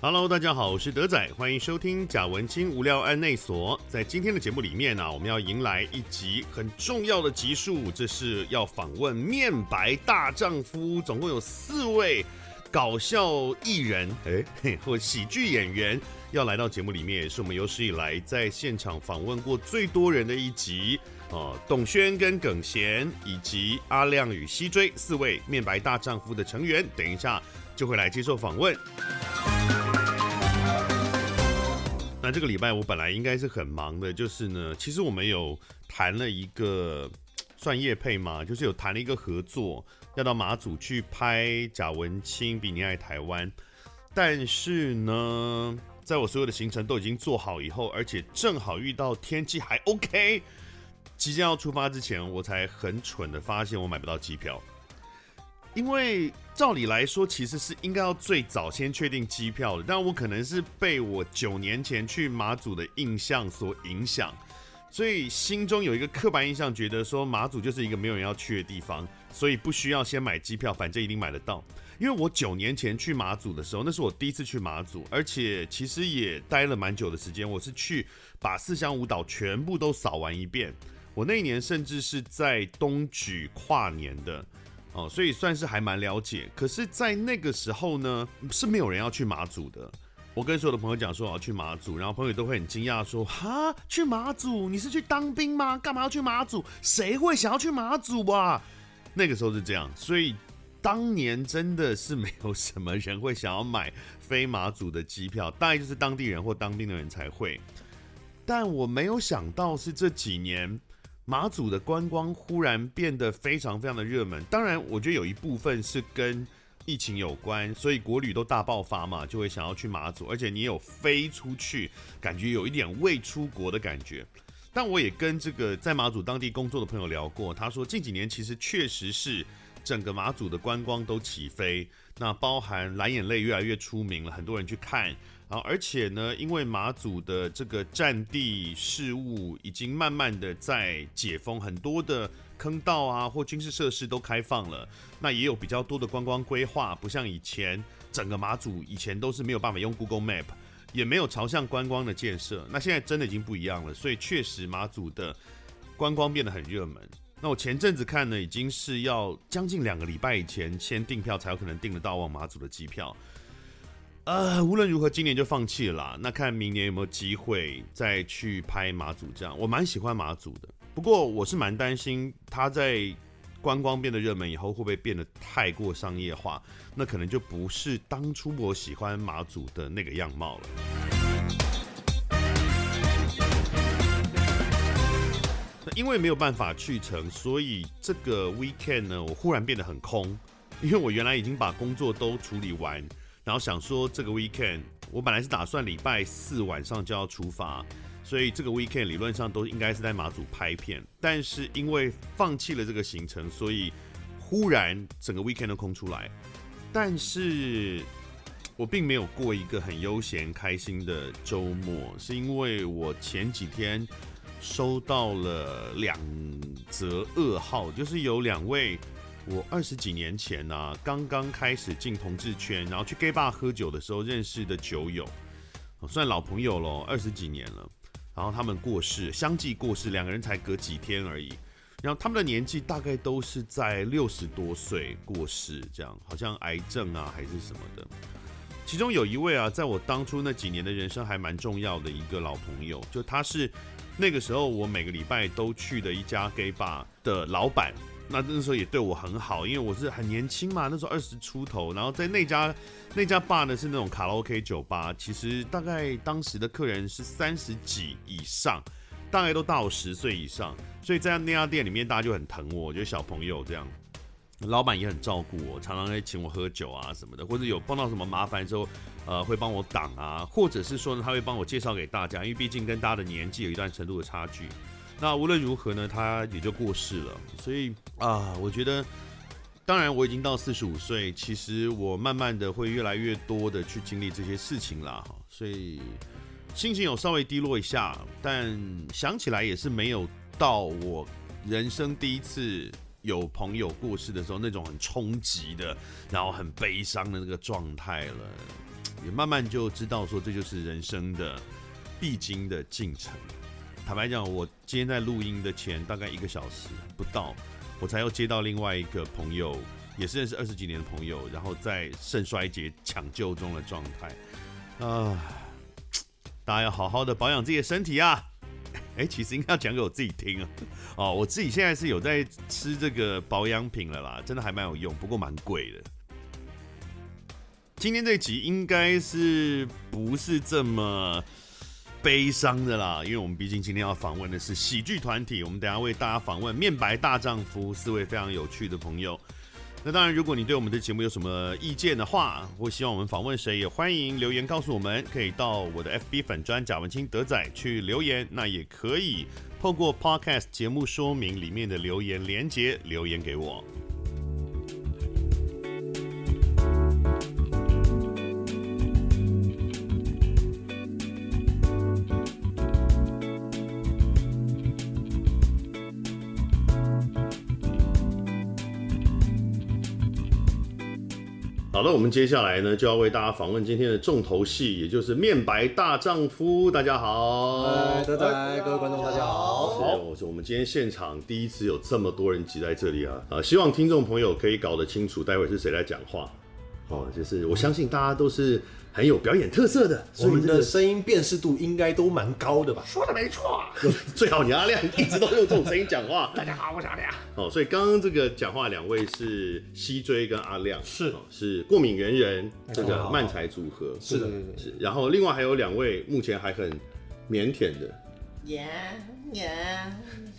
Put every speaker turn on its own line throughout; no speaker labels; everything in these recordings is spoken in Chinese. Hello，大家好，我是德仔，欢迎收听贾文清无聊案内所。在今天的节目里面呢、我们要迎来一集很重要的集数，这是要访问面白大丈夫，总共有四位搞笑艺人， 哎嘿，或喜剧演员要来到节目里面，也是我们有史以来在现场访问过最多人的一集。哦，董轩跟耿贤以及阿亮与西追四位面白大丈夫的成员，等一下就会来接受访问。那这个礼拜我本来应该是很忙的，就是呢，其实我们有谈了一个算业配嘛，就是有谈了一个合作，要到马祖去拍贾文清比你爱台湾，但是呢，在我所有的行程都已经做好以后，而且正好遇到天气还 OK，即将要出发之前，我才很蠢的发现我买不到机票。因为照理来说，其实是应该要最早先确定机票的，但我可能是被我九年前去马祖的印象所影响，所以心中有一个刻板印象，觉得说马祖就是一个没有人要去的地方，所以不需要先买机票，反正一定买得到。因为我九年前去马祖的时候，那是我第一次去马祖，而且其实也待了蛮久的时间。我是去把四乡五岛全部都扫完一遍。我那一年甚至是在东莒跨年的，哦，所以算是还蛮了解。可是，在那个时候呢，是没有人要去马祖的。我跟所有的朋友讲说我要去马祖，然后朋友都会很惊讶说：“哈，去马祖？你是去当兵吗？干嘛要去马祖？谁会想要去马祖啊？”那个时候是这样，所以当年真的是没有什么人会想要买飞马祖的机票，大概就是当地人或当兵的人才会。但我没有想到是这几年马祖的观光忽然变得非常非常的热门。当然，我觉得有一部分是跟疫情有关，所以国旅都大爆发嘛，就会想要去马祖，而且你有飞出去，感觉有一点未出国的感觉。但我也跟这个在马祖当地工作的朋友聊过，他说近几年其实确实是整个马祖的观光都起飞，那包含蓝眼泪越来越出名了，很多人去看。然后，而且呢，因为马祖的这个战地事务已经慢慢的在解封，很多的坑道啊或军事设施都开放了，那也有比较多的观光规划，不像以前整个马祖以前都是没有办法用 Google Map，也没有朝向观光的建设，那现在真的已经不一样了，所以确实马祖的观光变得很热门。那我前阵子看呢，已经是要将近两个礼拜以前先订票才有可能订得到往马祖的机票。呃，无论如何，今年就放弃了啦那看明年有没有机会再去拍马祖这样。我蛮喜欢马祖的，不过我是蛮担心它在观光变得热门以后，会不会变得太过商业化？那可能就不是当初我喜欢马祖的那个样貌了。那因为没有办法去成，所以这个 weekend 呢，我忽然变得很空，因为我原来已经把工作都处理完，然后想说这个 weekend 我本来是打算礼拜四晚上就要出发，所以这个 weekend 理论上都应该是在马祖拍片，但是因为放弃了这个行程，所以忽然整个 weekend 都空出来，但是我并没有过一个很悠闲开心的周末，是因为我前几天收到了两则噩耗，就是有两位我二十几年前呢、啊，刚刚开始进同志圈，然后去 gay bar 喝酒的时候认识的酒友，哦算老朋友喽，二十几年了。然后他们过世，相继过世，两个人才隔几天而已。然后他们的年纪大概都是在六十多岁过世，这样好像癌症啊还是什么的。其中有一位啊，在我当初那几年的人生还蛮重要的一个老朋友，就他是那个时候我每个礼拜都去的一家 gay bar 的老板。那那时候也对我很好，因为我是很年轻嘛，那时候二十出头，然后在那家那家 bar 呢是那种卡拉 OK 酒吧，其实大概当时的客人是三十几以上，大概都大我十岁以上，所以在那家店里面大家就很疼我，我觉得小朋友这样。老板也很照顾我，常常会请我喝酒啊什么的，或者有碰到什么麻烦的时候，呃，会帮我挡啊，或者是说呢，他会帮我介绍给大家，因为毕竟跟大家的年纪有一段程度的差距。那无论如何呢，他也就过世了，所以啊，我觉得，当然我已经到四十五岁，其实我慢慢的会越来越多的去经历这些事情啦，哈，所以心情有稍微低落一下，但想起来也是没有到我人生第一次有朋友过世的时候那种很冲击的，然后很悲伤的那个状态了。也慢慢就知道说这就是人生的必经的进程。坦白讲，我今天在录音的前大概一个小时不到，我才又接到另外一个朋友，也是认识二十几年的朋友，然后在肾衰竭抢救中的状态。啊、大家要好好的保养自己的身体啊！ 哎、其实应该要讲给我自己听啊。 哦，我自己现在是有在吃这个保养品了啦，真的还蛮有用，不过蛮贵的。今天这集应该是不是这么悲伤的啦？因为我们毕竟今天要访问的是喜剧团体，我们等一下为大家访问面白大丈夫四位非常有趣的朋友。那当然，如果你对我们的节目有什么意见的话，或希望我们访问谁，也欢迎留言告诉我们。可以到我的 FB 粉专贾文清德仔去留言，那也可以透过 Podcast 节目说明里面的留言连接留言给我。好了，我们接下来呢就要为大家访问今天的重头戏，也就是《面白大丈夫》。大家好，
嗨，德仔，各位观众，大家
是
好。
我说我们今天现场第一次有这么多人挤在这里啊！啊、希望听众朋友可以搞得清楚，待会是谁来讲话。哦，就是我相信大家都是很有表演特色的，
我
所以
们
这
的
个
声音辨识度应该都蛮高的吧？
说的没错。
最好你阿亮一直都用这种声音讲话。
大家好，我是阿亮。
哦，所以刚刚这个讲话两位是西追跟阿亮，
是
哦是过敏原人这个
好
漫才组合，
是的，
是。然后另外还有两位目前还很腼腆的，
羊羊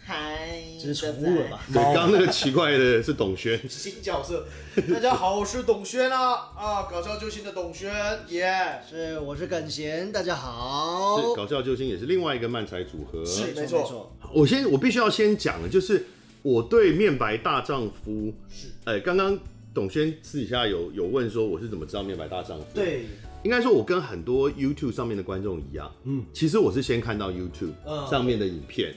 嗨，
这是宠物了吧？？
对，刚刚那个奇怪的是董轩，
新角色。 大家好，我是董轩啊，啊，搞笑救星的董轩，耶、
是，我是耿贤，大家好。
是搞笑救星也是另外一个漫才组合，
是没
没
错
错，
我先，我必须要先讲的就是我对《面白大丈夫》是，哎、刚刚董轩私底下有有问说我是怎么知道《面白大丈夫》？，
对，
应该说我跟很多 YouTube 上面的观众一样，嗯，其实我是先看到 YouTube
嗯
上面的影片，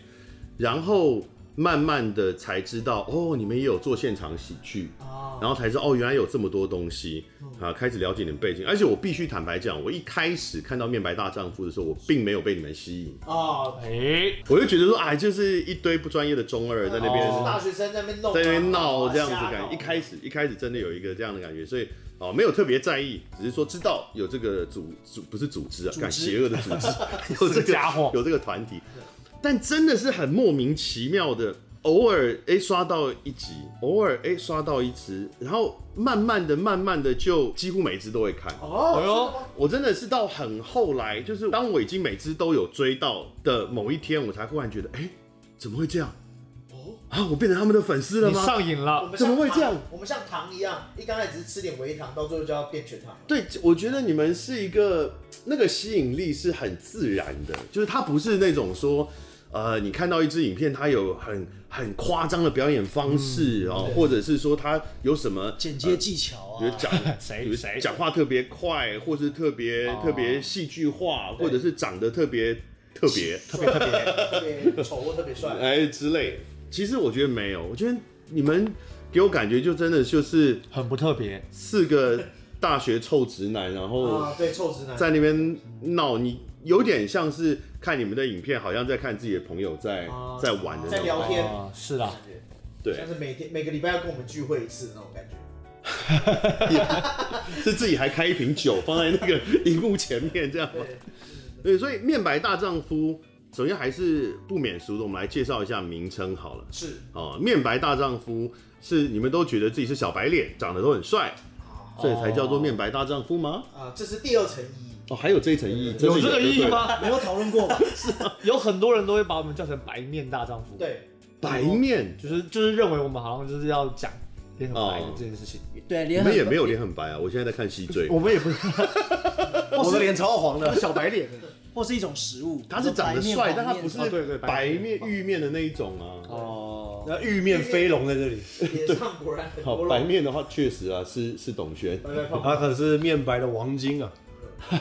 然后慢慢的才知道哦，你们也有做现场喜剧。
啊，
然后才知道哦，原来有这么多东西啊！开始了解你们背景，而且我必须坦白讲，我一开始看到《面白大丈夫》的时候，我并没有被你们吸引，
啊，
哎，
我就觉得说，哎，就是一堆不专业的中二在那边、
是大学生在那边弄啊，
在那边闹这样子的感
瞎
觉。
搞
一开始一开始真的有一个这样的感觉，所以哦没有特别在意，只是说知道有这个组组不是组织啊，干邪恶的组织，有这
这个家伙
有这个团体，但真的是很莫名其妙的。偶尔哎、刷到一集，偶尔哎、刷到一集，然后慢慢的、慢慢的就几乎每一集都会看。
哦，
哎呦，
我真的是到很后来，就是当我已经每只都有追到的某一天，我才忽然觉得，哎、怎么会这样？哦啊，我变成他们的粉丝了
你
吗？
上瘾
我
了，
们像
怎么会这样
糖？我们像糖一样，一刚开始只是吃点微糖，到最后就要变全糖了。
对，我觉得你们是一个那个吸引力是很自然的，就是它不是那种说，呃，你看到一支影片，它有很很夸张的表演方式哦，或者是说它有什么
嗯
呃
剪接技巧
比如
啊，哦
讲
谁
比如
谁
讲话特别快，或是特别、特别戏剧化，或者是长得特别特别
特别特别特别丑或特别帅，
哎之类的。其实我觉得没有，我觉得你们给我感觉就真的就是
很不特别。
四个大学臭直男，然后
啊，对，臭直男，
在那边闹，你有点像是看你们的影片，好像在看自己的朋友在
啊
在玩的那
在
种。哦
聊天，
啊，是啦，
对
像，是每天每个礼拜要跟我们聚会一次那种感觉。
是自己还开一瓶酒放在那个荧幕前面这样吗？对，所以《面白大丈夫》首先还是不免俗的，我们来介绍一下名称好了。
是
哦，面白大丈夫是你们都觉得自己是小白脸，长得都很帅，所以才叫做面白大丈夫吗？
啊，这是第二层意义。
哦，还有这一层意义，真
有
的
这个
就对
意义
了？
吗？
没有讨论过 吧？
有很多人都会把我们叫成白面大丈夫，，
对，
白面，
就是就是认为我们好像就是要讲脸很白的这件事情。
哦
对，
你
连
们
很
也没有脸很白啊！我现在在看西追，
我们也不，
我的脸超黄的，小白脸。
或是一种食物，
他是长得帅，但他不是
哦对对
白
白
面
面
玉面的那一种啊。
哦，那玉面飞龙在这里，
脸上果然很
好
多，肉。
白面的话确实啊，是是董璇，
对对
他可是面白的王晶啊，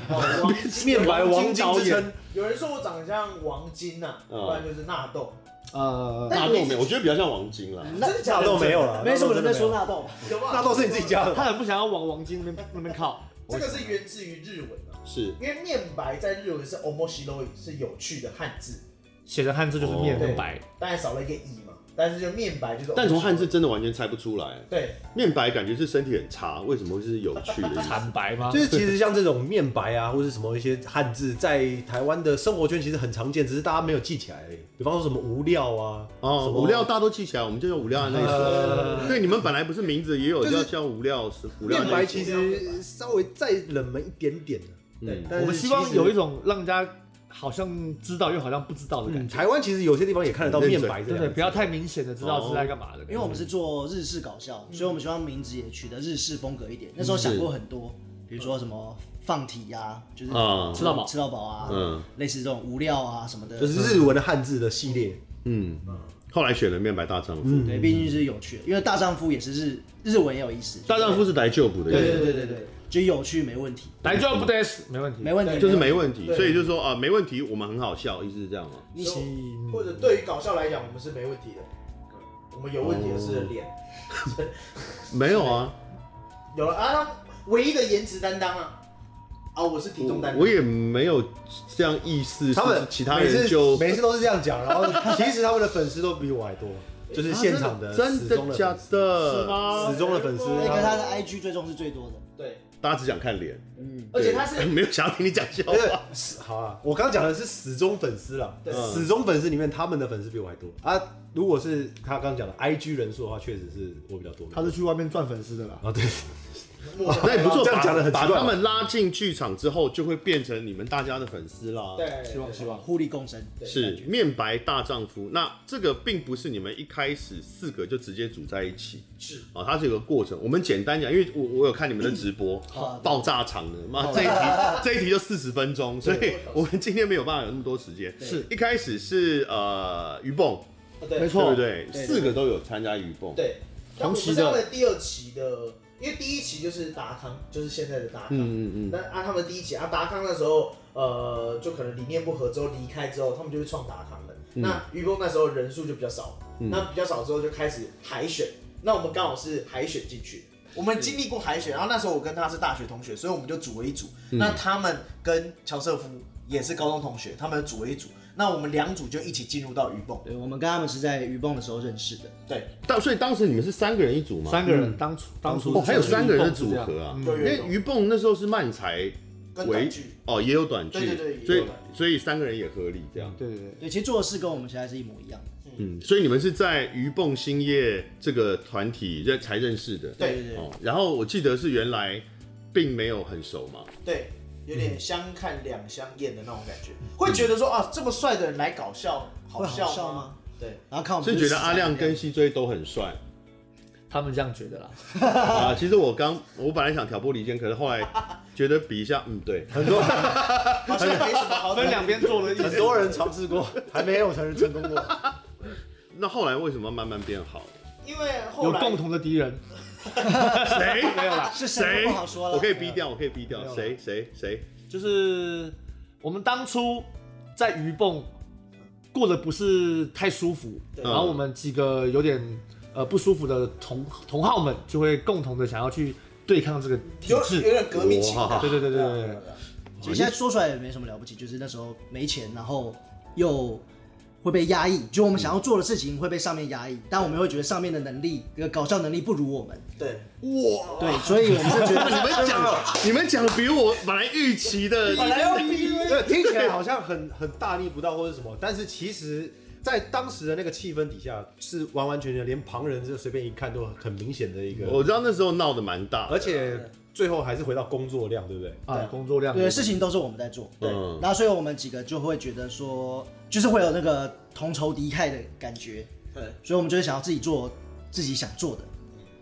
好王
面白王晶
导
之
演。
称。
有人说我长得像王晶呐、
嗯
不然就是纳豆。
呃，
纳豆面，我觉得比较像王晶啦。
真的假
大
的？
豆没有了，
没什么人
真的
在
没有
说，纳豆吧？
有吧？
大豆是你自己加的。
他很不想要往王晶那边那边靠，
这个是源自于日文啊，
是
因为面白在日文是 omoshiroi，是有趣的汉字，
写成汉字就是面跟白，
当然少了一个一嘛，但是就面白就是。
但从汉字，真的完全猜不出来。
对，
面白感觉是身体很差，为什么会是有趣的意思？
惨白吗
就？是其实像这种面白啊，或是什么一些汉字，在台湾的生活圈其实很常见，只是大家没有记起来而已。比方说什么无料啊，
哦
什，么
无料大家都记起来，我们就用无料案
呃
内所。对，你们本来不是名字也有叫叫无料是无料
面
案
白
内
其
所。
实稍微再冷门一点点的。
嗯，
但是
我们希望有一
种、
种让人家好像知道又好像不知道的感
嗯，
觉，
台湾其实有些地方也看得到面白这样
对不对？不要太明显的知道是在干嘛的感觉，
因为我
嗯
们是做日式搞笑，所以我们希望名字也取得日式风格一点。那时候想过很多，比如说什么放题呀、就是
啊
吃到饱
吃到饱啊，
嗯
类似这种无料啊什么的，
就是日文的汉字的系列。
嗯，后来选了面白大丈夫。
对，毕竟是有趣的。因为大丈夫也是日日文也有意思，
大丈夫是来救补的意
对
思，
对对对对，就有趣没问题，
来就不得死，没问题，
没问题，
嗯就是没问题，
对
所以就是说啊，没问题，我们很好笑，意思是这样吗？
一起
或者对于搞笑来讲，我们是没问题的，我们有问题的是脸，
没有啊，
有了啊，唯一的颜值担当啊，啊，我是体重担当，
我也没有这样意思。
他
是
们
不是其他
每
人
次
就啊
每次都是这样讲，然后其实他们的粉丝都比我还多，就是现场的
啊
死
真
忠
的
的
假
粉丝
的？
是吗
死忠的粉丝，
哎
那
他
个
们
他的 IG 追踪是最多的，
对，
大家只想看脸，
哎而且他是
没有想要听你讲笑
不是
话。
死好啊！我刚讲的是死忠粉丝啦，
对
死忠粉丝里面他们的粉丝比我还多啊。如果是他刚讲的 IG 人数的话，确实是我比较多。
他是去外面赚粉丝的啦。
啊，对，
默默
那也不错，
这样
把
讲得很奇
把
怪
他们拉进剧场之后，就会变成你们大家的粉丝啦。，
对，
希望希望
互利共生。
是面白大丈夫。那这个并不是你们一开始四个就直接组在一起，
是
啊，它是有个过程。我们简单讲，因为我我有看你们的直播，爆炸长的，妈这一题 这一题就四十分钟，所以我们今天没有办法有那么多时间。
是
一开始是呃于蹦，
对，
没
对
错
不对？
对
四个都有参加于蹦，
对，
同期
那
的
我们是他们第二期的，因为第一期就是达康，就是现在的达康。
嗯嗯嗯
那按他们第一期啊，达康那时候，呃，就可能理念不合之后离开之后，他们就去创达康了。
嗯
那愚公那时候人数就比较少，那比较少之后就开始海选。那我们刚好是海选进去，我们经历过海选，然后那时候我跟他是大学同学，所以我们就组了一组。
嗯
那他们跟乔瑟夫也是高中同学，他们组了一组。那我们两组就一起进入到鱼蹦。
对，我们跟他们是在鱼蹦的时候认识的，
对，
但所以当时你们是三个人一组吗？
三个人当初当初
哦，还有
是这样
三个人的组合啊，
嗯
因为于蹦那时候是漫才
跟短
为
剧
哦，也有短剧，
对对对
所以
也有短
所以三个人也合理这样。
对对对，
对，其实做的事跟我们现在是一模一样的。
嗯，所以你们是在于蹦兴业这个团体认才认识的，
对
对对对，
哦，然后我记得是原来并没有很熟嘛，
对，有点相看两相厌的那种感觉，会觉得说啊，这么帅的人来搞笑，好
会
笑
好笑
吗
吗？
对，
然后看我们
是觉得阿亮
跟
跟西追都很帅
他们这样觉得啦，
啊。其实我刚我本来想挑拨离间，可是后来觉得比一下，嗯，对，很多
好像没什么好
分两边做 了一
很多人尝 试过，还没有成人成功过。
那后来为什么慢慢变好？
因为后
有
来
共同的敌人，
谁？
没有啦，
是谁
谁？
都不好说了，
我可以逼掉，我可以逼
没
掉。
有
谁？谁？谁？
就是我们当初在鱼蹦过得不是太舒服，
对
然后我们几个有点呃不舒服的同同好们就会共同的想要去对抗这个体
有有
制，
点革命情
哇
感，
对对对对对对
对
其实现在说出来也没什么了不起，就是那时候没钱，然后又会被压抑，就我们想要做的事情会被上面压抑，但我们会觉得上面的能力，这个搞笑能力不如我们，
对
对，所以我们就觉得
你们讲， 你们讲比我本来预期的，
本来要 PUA，
对，听起来好像很很大逆不道或者什么，但是其实，在当时的那个气氛底下，是完完全全连旁人就随便一看都很明显的一个，
我知道那时候闹得蛮大的，
而且最后还是回到工作量，对不对？
啊，工作量
对事情都是我们在做，
对
嗯，
然后所以我们几个就会觉得说，就是会有那个同仇敌忾的感觉，
对，
所以我们就会想要自己做自己想做的，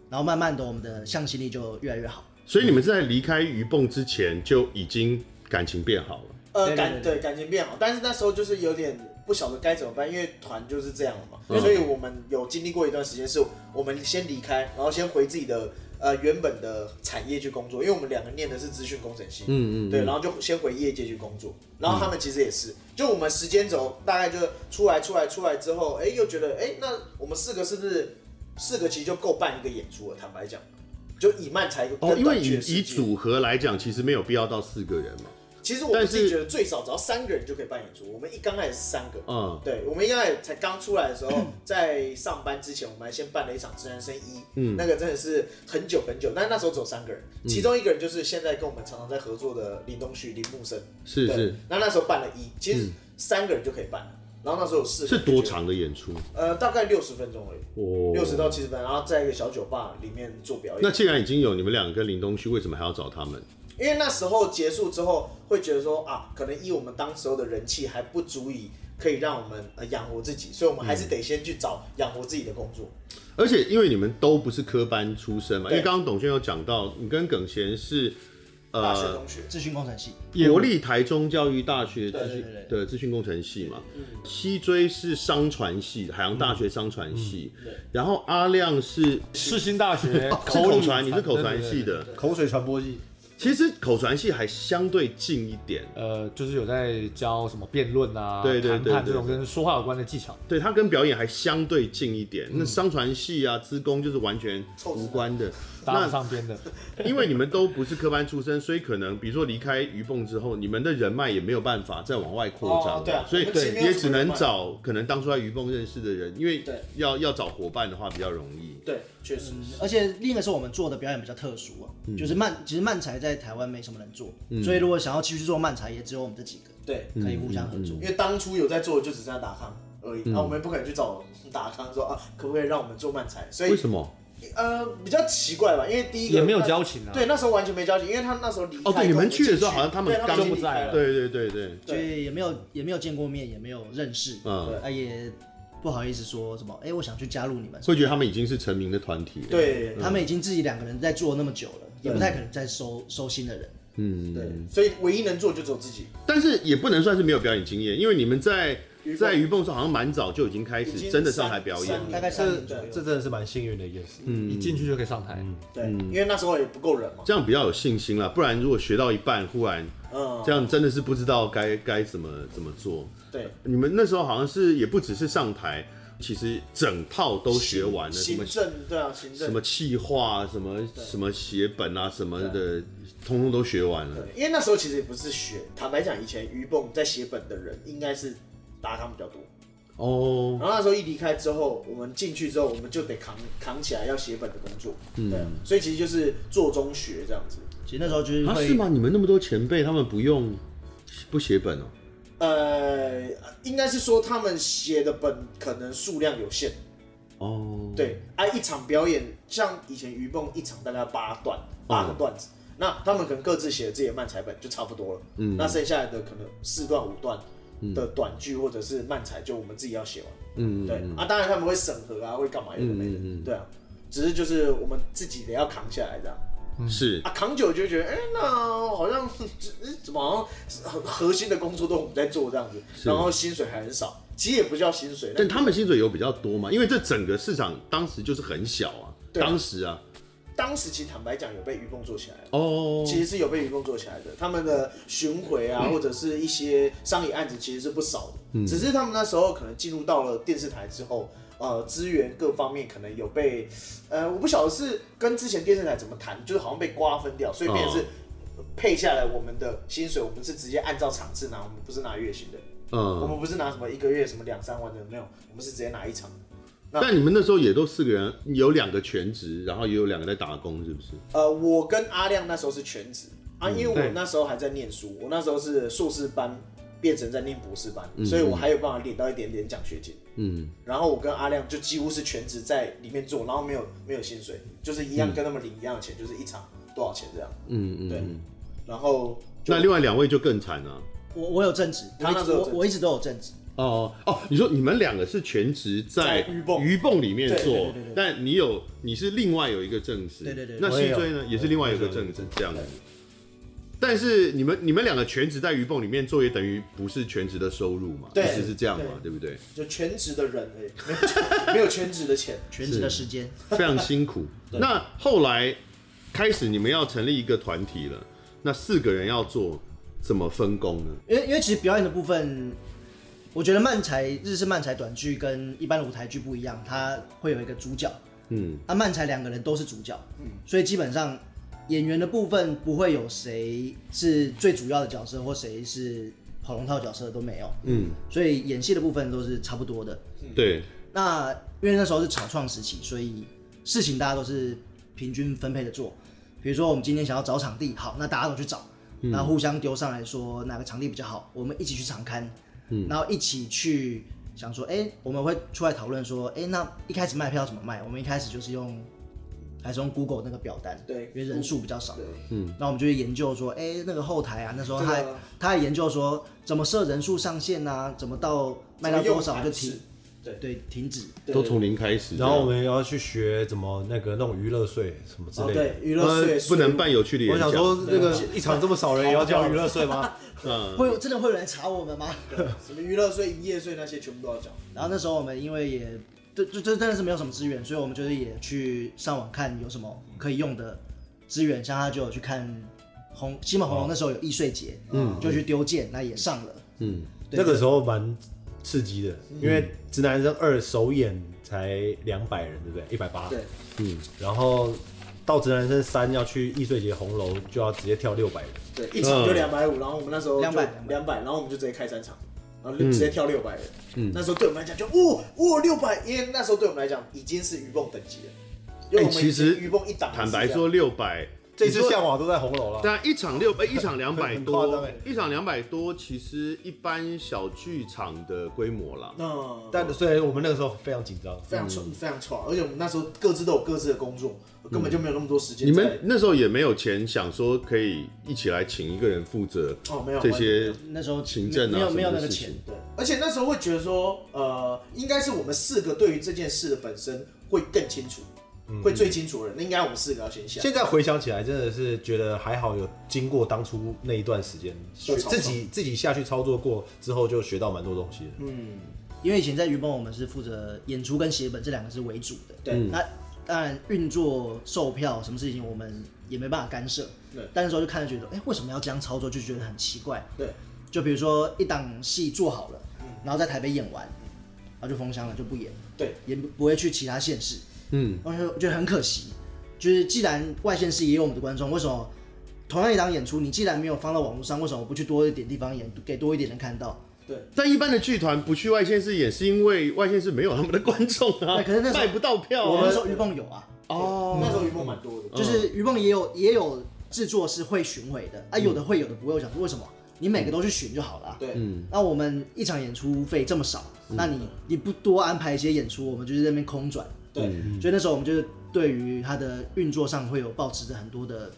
然后慢慢的我们的向心力就越来越好。
所以你们是在离开鱼蹦之前就已经感情变好了。
呃
对对
感
对
对感情变好，但是那时候就是有点不晓得该怎么办，因为团就是这样了嘛，
嗯
所以我们有经历过一段时间是我们先离开，然后先回自己的。呃，原本的产业去工作，因为我们两个念的是资讯工程系，
嗯
对，然后就先回业界去工作，然后他们其实也是，就我们时间轴大概就出来出来出来之后，哎，又觉得哎，那我们四个是不是四个其实就够办一个演出了？坦白讲，就以慢才有
哦，
更
因为
短
以
缺的时
以
间。
组合来讲，其实没有必要到四个人嘛。
其实我
但
们
是
自己觉得最少只要三个人就可以办演出。我们一刚开始是三个，
嗯
对，我们一刚开始才刚出来的时候，在上班之前，我们还先办了一场《自然生一》，嗯，那个真的是很久很久，但是那时候只有三个人，
嗯
其中一个人就是现在跟我们常常在合作的林东旭、林木生，
是
对
是，嗯
那那时候办了一，其实三个人就可以办了，然后那时候有四个
是
人
多
就觉得？
长的演出？
呃，大概六十分钟而已，
哦
六十到七十分，然后在一个小酒吧里面做表演。
那既然已经有你们两个跟林东旭，为什么还要找他们？
因为那时候结束之后，会觉得说啊，可能以我们当时候的人气还不足以可以让我们呃养活自己，所以我们还是得先去找养活自己的工作。
而且因为你们都不是科班出身嘛，因
对
为刚刚董轩有讲到，你跟耿贤是
大学
呃
同学，
资讯工程系，
国立台中教育大学资
对
讯
对对
的资讯工程系嘛，西追是商船系，海洋大学商船系，嗯然后阿亮是
世新大学
哦是口传，你是口传系，
对对对
的，
口水传播系，
其实口传系还相对近一点，
呃，就是有在教什么辩论啊、
对对对
谈判
对
这种跟说话有关的技巧。
对，它跟表演还相对近一点。
嗯
那商船系啊、资工就是完全无关的。
搭不
那
上边的，
因为你们都不是科班出身，所以可能比如说离开鱼蹦之后，你们的人脉也没有办法再往外扩张、
哦对啊
所以
我们其实没有
也
什么
只能
人脉
找可能当初在鱼蹦认识的人，因为
对
要要找伙伴的话比较容易。
对，确实。
而且另一个是我们做的表演比较特殊啊，就是漫，其实漫才在台湾没什么人做，所以如果想要继续做漫才，也只有我们这几个
对，
可以互相合作
因。为当初有在做的就只剩下达康而已，
嗯
那、我们不可能去找达康说啊，可不可以让我们做漫才？所
为
以
什么？
呃比较奇怪吧，因为第一个
也没有交情啊
对，那时候完全没交集，因为他那时候离开
哦，对，你
跟我
们去的时候
进
好像他们
对
刚
已经
就不在
离开
了
对
对对对对，
所以也没有也没有见过面，也没有认识，
嗯
啊也不好意思说什么，哎、我想去加入你们，
会觉得他们已经是成名的团体了。
对
他们已经自己两个人在做那么久了，也不太可能再收收新的人，
嗯，
对，所以唯一能做就只有自己。
但是也不能算是没有表演经验，因为你们在
鱼蹦
在鱼蹦上好像蛮早就已经开
已
始
经
真的上台表演
三
了。
三
大概三
这
年左
这
右。
真的是蛮幸运的一件事。
一进去就可以上台。
对，
嗯
因为那时候也不够人嘛。
这样比较有信心啦，不然如果学到一半，忽然
嗯，
这样真的是不知道该该怎么怎么做。
对，
你们那时候好像是也不只是上台，其实整套都学完了，什
行
么
政对啊，行政
什么气化、什么什么写本啊、什么的，通通都学完了
对。，因为那时候其实也不是学，坦白讲，以前鱼蹦在写本的人应该是达康比较多。
哦，
然后那时候一离开之后，我们进去之后，我们就得扛扛起来要写本的工作，
嗯
对啊，所以其实就是做中学这样子。
其实那时候
嗯
就是
啊
会，
是吗？你们那么多前辈，他们不用不写本哦、
呃，应该是说他们写的本可能数量有限，
哦，
对，啊，一场表演像以前鱼蹦一场大概八段，八个段子，那他们可能各自写自己的漫才本就差不多了，嗯，那剩下来的可能四段五段的短剧或者是漫才，就我们自己要写完，嗯，对，啊，当然他们会审核啊，会干嘛有的没的，对啊，只是就是我们自己得要扛下来这样，
是
啊，扛久了就会觉得，哎、那好像 怎么好像很核心的工作都我们在做这样子，然后薪水还很少，其实也不叫薪水，
但他们薪水有比较多嘛？因为这整个市场当时就是很小啊，
对啊
当时啊，
当时其实坦白讲有被鱼蹦做起来了。
哦，
其实是有被渔工做起来的，他们的巡回啊，或者是一些商业案子，其实是不少的。
嗯
只是他们那时候可能进入到了电视台之后，呃，资源各方面可能有被，呃，我不晓得是跟之前电视台怎么谈，就是好像被瓜分掉，所以变成是
哦
配下来我们的薪水，我们是直接按照场次拿，我们不是拿月薪的，我
嗯，
们不是拿什么一个月什么两三万的没有，我们是直接拿一场。
但你们那时候也都四个人，有两个全职，然后也有两个在打工，是不是？
呃，我跟阿亮那时候是全职啊，
嗯
因为我
对
那时候还在念书，我那时候是硕士班变成在念博士班，所以我还有办法领到一点点奖学金。
嗯，
然后我跟阿亮就几乎是全职在里面做，然后没有没有薪水，就是一样跟他们领一样的钱，就是一场多少钱这样。
嗯嗯
对，然后
那另外两位就更惨啊了、
我我有正职，我
他
一
那
直
时候有
我
正职
我一直都有正职，
哦哦，你说你们两个是全职在
在鱼蹦
鱼蹦里面
对
做，但你有你是另外有一个正职，
对对对
那
我也
西
有
追呢也是另外有一个正职这样子。但是你们你们两个全职在鱼蹦里面做，也等于不是全职的收入嘛？
对
意思是这样嘛？对不对？
就全职的人而已，没有全没有全职的钱。
全职的时间。
非常辛 苦。那后来开始你们要成立一个团体了，那四个人要做怎么分工呢？
因为因为其实表演的部分，我觉得漫才日式漫才短剧跟一般的舞台剧不一样，它会有一个主角，
嗯，
啊，漫才两个人都是主角，所以基本上演员的部分不会有谁是最主要的角色或谁是跑龙套角色都没有，嗯，所以演戏的部分都是差不多的。
嗯
对，
那因为那时候是草创时期，所以事情大家都是平均分配的做。比如说我们今天想要找场地，好，那大家都去找，然后互相丢上来说哪个场地比较好，我们一起去场刊，然后一起去想说，哎、我们会出来讨论说，哎、那一开始卖票怎么卖？我们一开始就是用还是用 Google 那个表单，
对
因为人数比较少
对，
嗯，那我们就去研究说，哎、那个后台啊，那时候他还
这个
他还研究说怎么设人数上限啊，怎么到卖到多少就
怎
停，
么用盘势
对停止，
都从零开始，
然后我们要去学怎么那个弄娱乐税什么之
哦
类
对
的。
娱乐
呃
税
不能办有趣的
我
演
想
讲，
说，那个一场这么少人也要交娱乐税吗？
嗯
会有真的会有人查我们吗？
什么娱乐税、营业税那些全部都要缴。
然后那时候我们因为也对，就就真的是没有什么资源，所以我们就是也去上网看有什么可以用的资源，像他就有去看红西门红
哦
楼那时候有易碎节，嗯，就去丢件，那也上了，嗯，对
那个时候蛮刺激的，因为《直男生二》首演才两百人，对不对？一百八。
对，
然后到《直男生三》要去易碎节红楼，就要直接跳六百人。
对，一场就
嗯
两百五，然后我们那时候就
200
两百，然后我们就直接开三场，然
嗯
后就直接跳六百人。那时候对我们来讲就哇哇六百，因为那时候对我们来讲已经是鱼蹦等级了。因为我们
哎其实
鱼蹦一档，
坦白说，六百，
这次
你说
向往都在红楼了。
但一场六呃一场两百
很夸张
多
欸，
一场两百多，其实一般小剧场的规模啦。
嗯，但
啊但虽然我们那个时候非常紧张，
非常爽，非常啊爽，而且我们那时候各自都有各自的工作，根本就没有那么多时间
你
在。
们那时候也没有钱想说可以一起来请一个人负责
哦没有
这些
那时候
行政啊
没有
什么
没有那
的
个
事
钱
情，
对，而且那时候会觉得说，呃，应该是我们四个对于这件事的本身会更清楚，
嗯
会最清楚的人，那应该我们四个要先下。
现在回想起来，真的是觉得还好有经过当初那一段时间，学
对操作
自己自己下去操作过之后，就学到蛮多东西的。
因为以前在鱼蹦我们是负责演出跟写本这两个是为主的，
对嗯
那当然运作售票什么事情我们也没办法干涉，
对
但那时候就看着觉得，哎、为什么要这样操作，就觉得很奇怪，
对，
就比如说一档戏做好了，然后在台北演完，然后就封箱了，就不演，
对，
也不不会去其他县市，嗯，我就觉得很可惜，就是既然外县市也有我们的观众，为什么同样一档演出，你既然没有放到网络上，为什么不去多一点地方演，给多一点人看到？
但一般的剧团不去外县市演，是因为外县市没有他们的观众啊，
对可是那时候
卖不到票
我们那
啊
时。候鱼蹦有啊，
哦，那时候鱼梦蛮多的，
哦
就是鱼梦也有也有制作是会巡回的啊，有的会，有的不会。我想说为什么？你每个都去巡就好了、啊。
嗯对，
嗯
嗯
那我们一场演出费这么少，那你你不多安排一些演出，我们就是在那边空转。
对，
嗯
所以那时候我们就是对于它的运作上会有抱持着很多的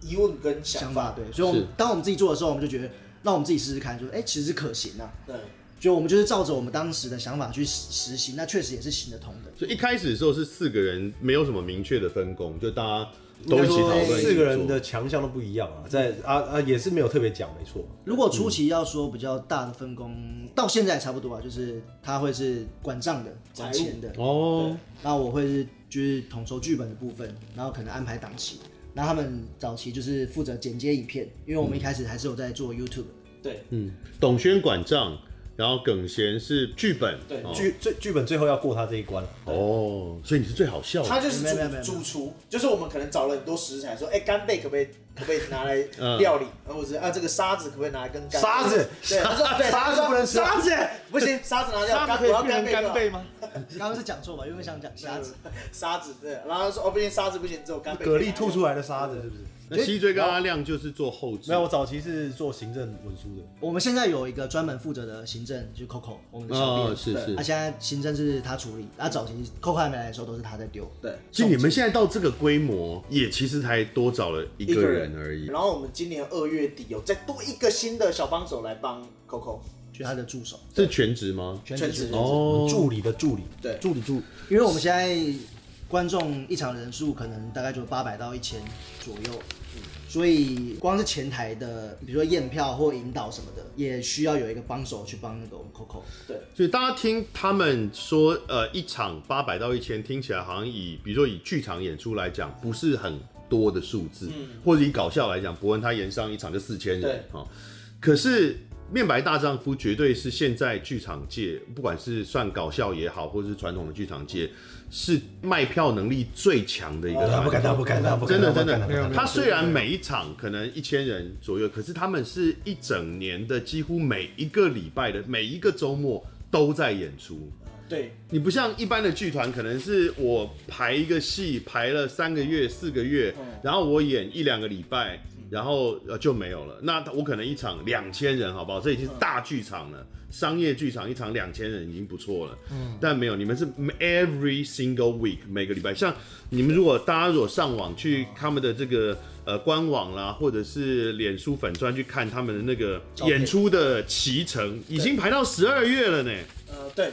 疑问跟想
想
法
法。，对，所以我们
是
当我们自己做的时候，我们就觉得让我们自己试试看，就哎、诶其实可行啊。
对，
就我们就是照着我们当时的想法去实实行，那确实也是行得通的。
所以一开始的时候是四个人，没有什么明确的分工，就大家
应
都
该
一起
说
讨
哎
论。
四个人
一起
的强项都不一样啊，在啊啊也是没有特别讲，没错。
如果初期要说比较大的分工，到现在也差不多啊，就是他会是管账的、管钱的，
做哦，
然后我会是就是统筹剧本的部分，然后可能安排档期。然后他们早期就是负责剪接影片，因为我们一开始还是有在做 YouTube，
对，
嗯董轩管账，然后耿贤是剧本，
对
哦
剧最剧本最后要过他这一关了，
哦，所以你是最好笑
他
的。
就是
没有没有没有
主主厨，就是我们可能找了很多食材，说，哎，干贝可不可以可不可以拿来
嗯
料理，或者是啊这个沙子可不可以拿来跟干贝
沙子
对，他说
沙
对，
子
他说
不能吃啊
沙子不行，沙子拿
哎
掉，干我要干贝就好
吗？
刚刚是讲错吧？因为想讲瞎子，
沙子对，然后他说哦不行，沙子不行，只有干贝可
蛤
以拿
蜊
来
吐出来的沙子是不是？
那西追跟阿亮就是做后置，
没有，我早期是做行政文书的，
我们现在有一个专门负责的行政，就是 Coco，我们的小
哦
编，
是是
啊，。现在行政是他处理，啊，早期 Coco 还没来的时候都是他在丢，
对。
就你们现在到这个规模，也其实才多找了一个人而已。
然后我们今年二月底有再多一个新的小帮手来帮 Coco，
就是他的助手，
是全职吗？
全
全
职
职
哦，
助理的助理，
对
助理助
因为我们现在观众一场人数可能大概就八百到一千左右，所以光是前台的，比如说验票或引导什么的，也需要有一个帮手去帮那个我们 Coco。
所以大家听他们说，呃，一场八百到一千，听起来好像以，比如说以剧场演出来讲，不是很多的数字，
嗯
或者以搞笑来讲，伯恩他演上一场就四千人
对
啊、哦可是《面白大丈夫》绝对是现在剧场界，不管是算搞笑也好，或者是传统的剧场界，是卖票能力最强的一个团队
那哦啊不。敢当，不敢当，不
真
敢
的
当，
真的
不敢当，
他虽然每一场可能一千人左右，可是他们是一整年的，几乎每一个礼拜的每一个周末都在演出。
对，
你不像一般的剧团，可能是我排一个戏排了三个月、四个月，然后我演一两个礼拜，然后呃就没有了。那我可能一场两千人，好不好？这已经是大剧场了，商业剧场一场两千人已经不错了。但没有，你们是 every single week 每个礼拜。像你们如果大家如果上网去他们的这个呃官网啦，或者是脸书粉专去看他们的那个
片
演出的期程，已经排到十二月了呢。
呃，对，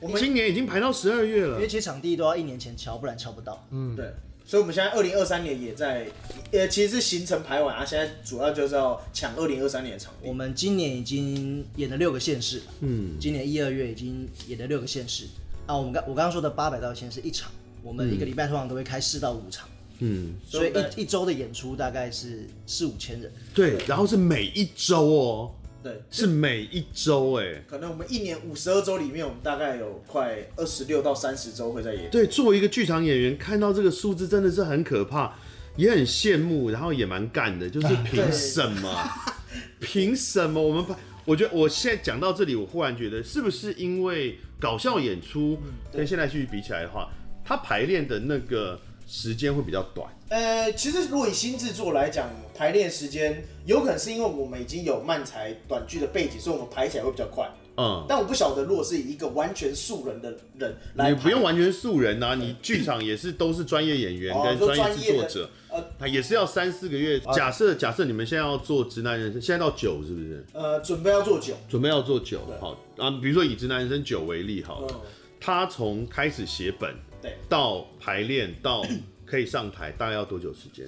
我们
今年已经排到十二月
因
了
为。其实场地都要一年前敲，不然敲不到。
嗯
对，所以我们现在二零二三年也在，呃，其实是行程排完啊，现在主要就是要抢二零二三年的场
哦
我
地。
们今年已经演了六个县市，嗯，今年一二月已经演了六个县市。啊，我们刚我刚刚说的八百到一千是一场，我们一个礼拜通常都会开四到五场，
嗯，
所
所
以
以我们
一一周的演出大概是四五千人。
对，然后是每一周哦，
对，
是每一周哎。
可能我们一年五十二周里面，我们大概有快二十六到三十周会在演。
对，作为一个剧场演员，看到这个数字真的是很可怕，也很羡慕，然后也蛮干的，就是凭什么？ 凭什么我们拍？我觉得我现在讲到这里，我忽然觉得，是不是因为搞笑演出
嗯
跟现代戏剧比起来的话，它排练的那个时间会比较短？
呃，其实如果以新制作来讲，排练时间有可能是因为我们已经有漫才短剧的背景，所以我们排起来会比较快。
嗯，
但我不晓得，如果是以一个完全素人的人来
你
排，
不用完啊全素人呐、你剧场也是都是专业演员
哦
跟
就
专业
专
制
业
作
的
者，
呃
他也是要三四个月。假设假设你们现在要做直男人生，现在到九是不是？
呃准备要做酒，
准备要做九，
对
好啊，比如说以直男人生九为例好了，
嗯，
他从开始写本
对，
到排练到可以上台，大概要多久时间？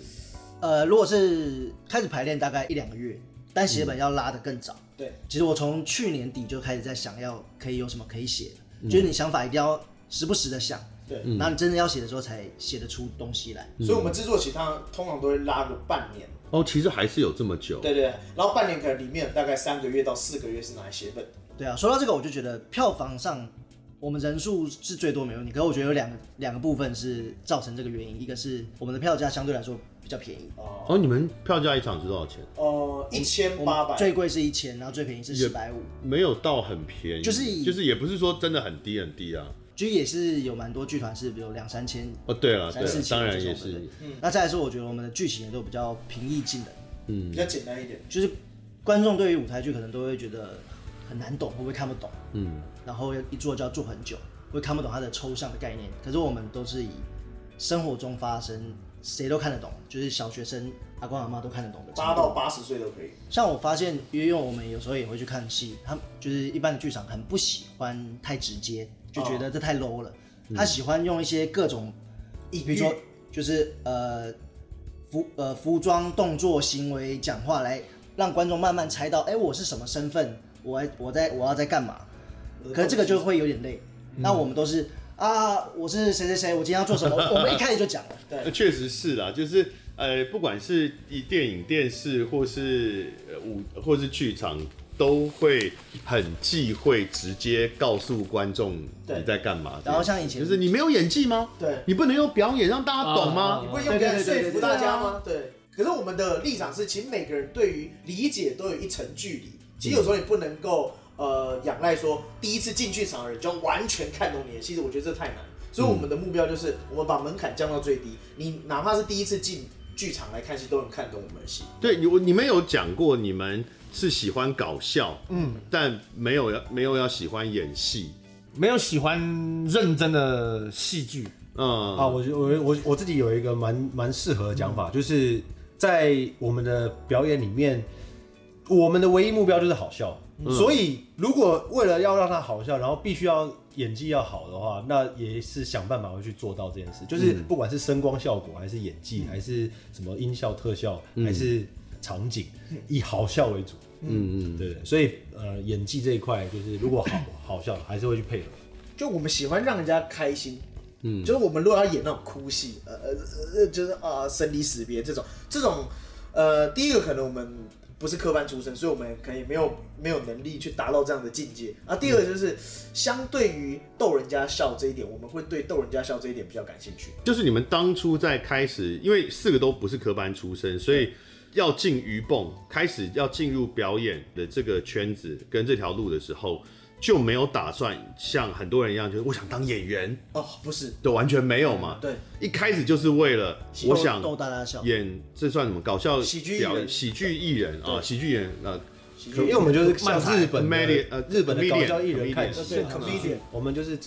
呃，如果是开始排练大概一两个月，但写本要拉得更早。
嗯对，
其实我从去年底就开始在想要可以有什么可以写的，就是你想法一定要时不时的想，
嗯对
然后你真的要写的时候才写得出东西来。
嗯
所以我们制作期它通常都会拉个半年，
哦，其实还是有这么久。
对对对，然后半年可能里面大概三个月到四个月是拿来写本的，
对啊，说到这个，我就觉得票房上我们人数是最多没问题，可是我觉得有两个两个部分是造成这个原因，一个是我们的票价相对来说比较便宜，
哦、
哦，你们票价一场是多少钱？
呃，一千
我
八
们
百，
最贵是一千，然后最便宜是
也
四百五，
没有到很便宜，
就是以
就是也不是说真的很低很低啊。
其实也是有蛮多剧团是比如两三千，
哦，对了，对
三
了
四，千
当然
这
也
种的
是
对嗯那再来说，我觉得我们的剧情也都比较平易近人，
比较简单一点，
就是观众对于舞台剧可能都会觉得很难懂，会不会看不懂？嗯，然后一做就要做很久，会看不懂它的抽象的概念。可是我们都是以生活中发生，谁都看得懂，就是小学生、阿公阿妈都看得懂的程
八
度。
到八十岁都可以。
像我发现，因为我们有时候也会去看戏，他们就是一般的剧场很不喜欢太直接，就
哦
觉得这太 low 了。
嗯
他喜欢用一些各种，比如说就是呃服呃服装、动作、行为、讲话来让观众慢慢猜到，哎、我是什么身份，我我在我要在干嘛。可是这个就会有点累。那我们都是啊，我是谁谁谁，我今天要做 什么，我们一开始就讲了。
呃确实是啦，就是呃，不管是以电影、电视，或是呃舞，或是剧场，都会很忌讳直接告诉观众
对
你在干嘛。
然后像以前
就是你没有演技吗？
对，
你不能用表演让大家懂
啊
吗
啊？
哦
不会用来说服大家吗？对。可是我们的立场是，其实每个人对于理解都有一层距离。其实有时候你不能够呃仰赖说第一次进剧场的人就完全看懂你的戏，其实我觉得这太难。所以我们的目标就是，我们把门槛降到最低。你哪怕是第一次进剧场来看戏，都能看懂我们的戏。
对，你你们有讲过你们是喜欢搞笑，嗯，但没有要没有要喜欢演戏，
没有喜欢认真的戏剧，
嗯
哦
啊，我觉得我我我自己有一个蛮蛮适合的讲法，就是在我们的表演里面，我们的唯一目标就是好笑。所以，如果为了要让它好笑，然后必须要演技要好的话，那也是想办法会去做到这件事。就是不管是声光效果，还是演技，还是什么音效特效，还是场景，以好笑为主。嗯嗯嗯，对对。所以，呃，演技这一块，就是如果好 好笑，还是会去配合。
就我们喜欢让人家开心。嗯，就是我们如果要演那种哭戏，呃呃呃呃，就是啊、生离死别这种，这种，呃，第一个可能我们不是科班出身，所以我们可能也没有没有能力去达到这样的境界。啊，第二个就是、相对于逗人家笑这一点，我们会对逗人家笑这一点比较感兴趣。
就是你们当初在开始，因为四个都不是科班出身，所以要进鱼蹦，开始要进入表演的这个圈子跟这条路的时候，就没有打算像很多人一样，就是我想当演员，
哦，不是，
对，完全没有嘛。
对，
一开始就是为了我想
逗大家笑，
演，这算什么搞笑
喜剧艺
表
人
喜剧艺人啊，喜剧演员啊，
因为我们就是像日本的
Comedian，呃
日本的搞笑艺人
comedian，啊
看
就
齐，
comedian
我们就是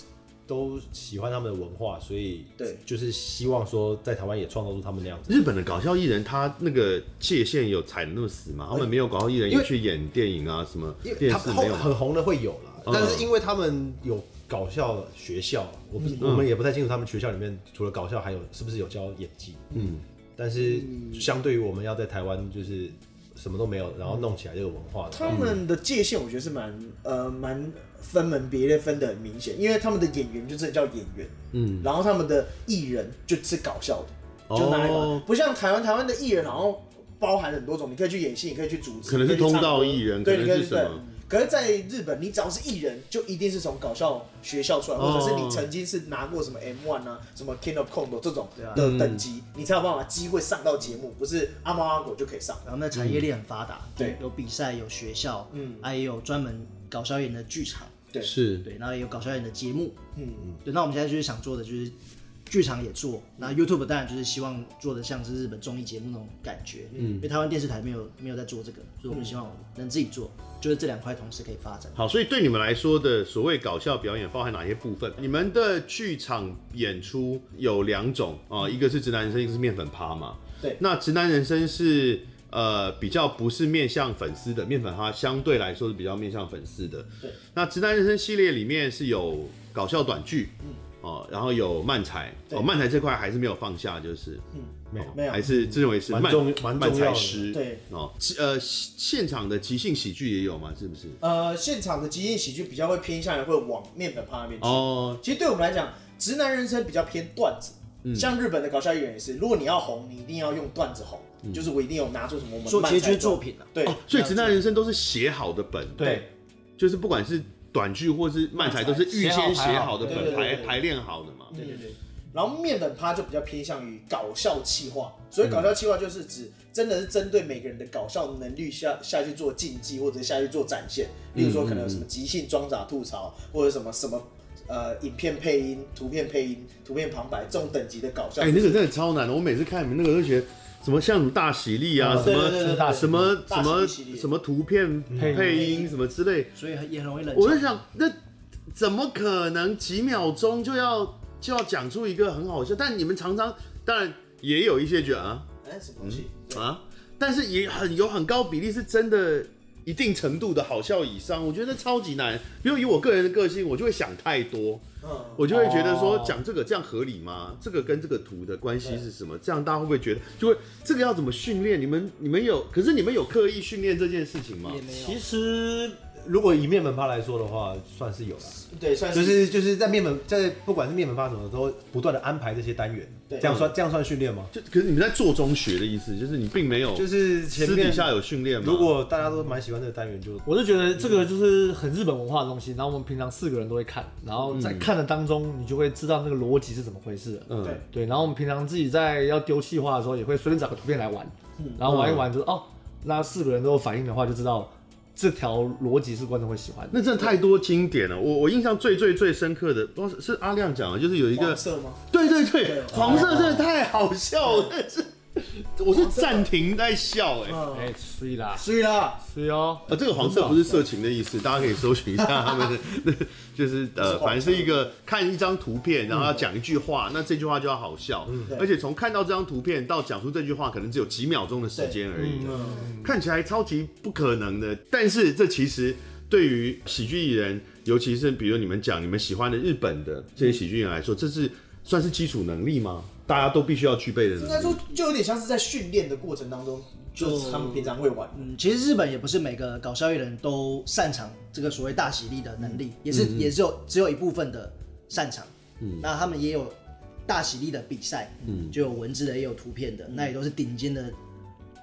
都喜欢他们的文化，所以
对
就是希望说在台湾也创造出他们那样子。
日本的搞笑艺人，他那个界限有踩得那么死吗？他们没有搞笑艺人
因
也
为
去演电影啊，什么
因为
电
他
视
们
没有吗？
很红的会有啦，
嗯
但是因为他们有搞笑学校，啊我
嗯
不是我们也不太清楚他们学校里面除了搞笑还有是不是有教演技，嗯，但是
嗯
相对于我们要在台湾就是什么都没有，然后弄起来这个文化的话，
他们的界限我觉得是蛮呃蛮分门别类分的很明显，因为他们的演员就真的叫演员，嗯，然后他们的艺人就是搞笑的，就拿来玩，
哦
不像台湾台湾的艺人好像包含很多种，你可以去演戏，你可以去主持，
可能是
你可以去
通道
唱歌
艺人
对，
可
你
能
可以
是
去
什么
对可是，在日本，你只要是艺人，就一定是从搞笑学校出来，
哦
或者是你曾经是拿过什么 M One 啊、什么 King of Combo 这种的
嗯
等级，你才有办法机会上到节目，不是阿猫阿狗就可以上。
然后那产业链很发达，
对
有比赛，有学校，
嗯
嗯，还有专门搞笑演的剧场，
是
对，然后也有搞笑演的节目，
嗯，
对，那我们现在就是想做的就是剧场也做，那 YouTube 当然就是希望做的像是日本综艺节目那种感觉，嗯，因嗯为台湾电视台没有没有在做这个，所以我们希望能自己做，就是这两块同时可以发展。
好，所以对你们来说的所谓搞笑表演包含哪些部分？你们的剧场演出有两种啊、一个是直男人生，一个是面粉趴嘛。
嗯对
那直男人生是呃比较不是面向粉丝的，面粉趴相对来说是比较面向粉丝的。
对。
那直男人生系列里面是有搞笑短剧，哦，然后有漫才，
嗯对嗯
哦，漫才这块还是没有放下，就是哦
没有
没有
还是自认为是
蛮
漫
重蛮
漫
重要
才
的
师。
对。
哦，即呃，现场的即兴喜剧也有嘛？是不是？
呃，现场的即兴喜剧比较会偏向于会往面粉趴那边去。
哦，
其实对我们来讲，直男人生比较偏段子。
嗯
像日本的搞笑艺人也是，如果你要红，你一定要用段子红，就是我一定有拿出什么我们
嗯做
漫
结
才
局
这种
作品啊，
对，
哦，所以直男人生都是写好的本，，
对，
就是不管是短剧或是漫才，都是预先写好的
写好排
本，
好对对
排
对对
排练好的嘛。
对对对。然后面粉趴就比较偏向于搞笑企划，所以搞笑企划就是指真的是针对每个人的搞笑能力下下去做竞技，或者下去做展现。例如说可能有什么即兴装傻吐槽，或者什么什么呃影片配音、图片配音、图片旁白这种等级的搞笑。
哎，那个真的超难的，我每次看你们那个都觉得。什么像什么大喜力啊，什
哦对对对对
么
对
什么
大
什
喜
么
力系列嗯
什么图片配音什么之类，
所以也很容易冷
我就
场。
想，那怎么可能几秒钟就要就要讲出一个很好笑？但你们常常当然也有一些觉得啊
哎什么东西？
啊，但是也很有很高比例是真的一定程度的好笑以上，我觉得超级难。比如以我个人的个性，我就会想太多，
嗯，
我就会觉得说
哦
讲这个这样合理吗？这个跟这个图的关系是什么？这样大家会不会觉得就会这个要怎么训练？你们你们有，可是你们有刻意训练这件事情吗？
也没有
其实如果以面粉趴来说的话，算是有啦。
对，算
就是是就是在面粉，在不管是面粉发什么，都不断的安排这些单元，
对
这样
嗯
算这样算训练吗？
就可是你们在做中学的意思，就是你并没有
就是前
私
面
底下有训练吗？
如果大家都蛮喜欢这个单元，就
我就觉得这个就是很日本文化的东西。然后我们平常四个人都会看，然后在看的当中，你就会知道那个逻辑是怎么回事了。
嗯
对
对，然后我们平常自己在要丢气话的时候，也会随便找个图片来玩，然后玩一玩就是哦，那四个人都有反应的话，就知道这条逻辑是观众会喜欢的。
那真的太多经典了，我我印象最最最深刻的，不知道是是阿亮讲的，就是有一个
黄色吗？
对对对
对，
黄色真的太好笑了，但是我是暂停在笑哎、
嗯，
哎，所以啦，
所以啦，
所以哦，
呃，这个黄色不是色情的意思，大家可以搜寻一下他们的，那 就是呃，反正是一个看一张图片，然后要讲一句话，那这句话就要好笑，而且从看到这张图片到讲出这句话，可能只有几秒钟的时间而已，看起来超级不可能的。但是这其实对于喜剧艺人，尤其是比如你们讲你们喜欢的日本的这些喜剧艺人来说，这是算是基础能力吗？大家都必须要具备的
应该
能
说
力。
就有点像是在训练的过程当中，就是他们平常会玩。
嗯，其实日本也不是每个搞笑艺人都擅长这个所谓大喜力的能
嗯
力，也是也只有只有一部分的擅长。嗯，那他们也
嗯
有大喜力的比赛，嗯，就有文字的，也有图片的，那也都是顶尖的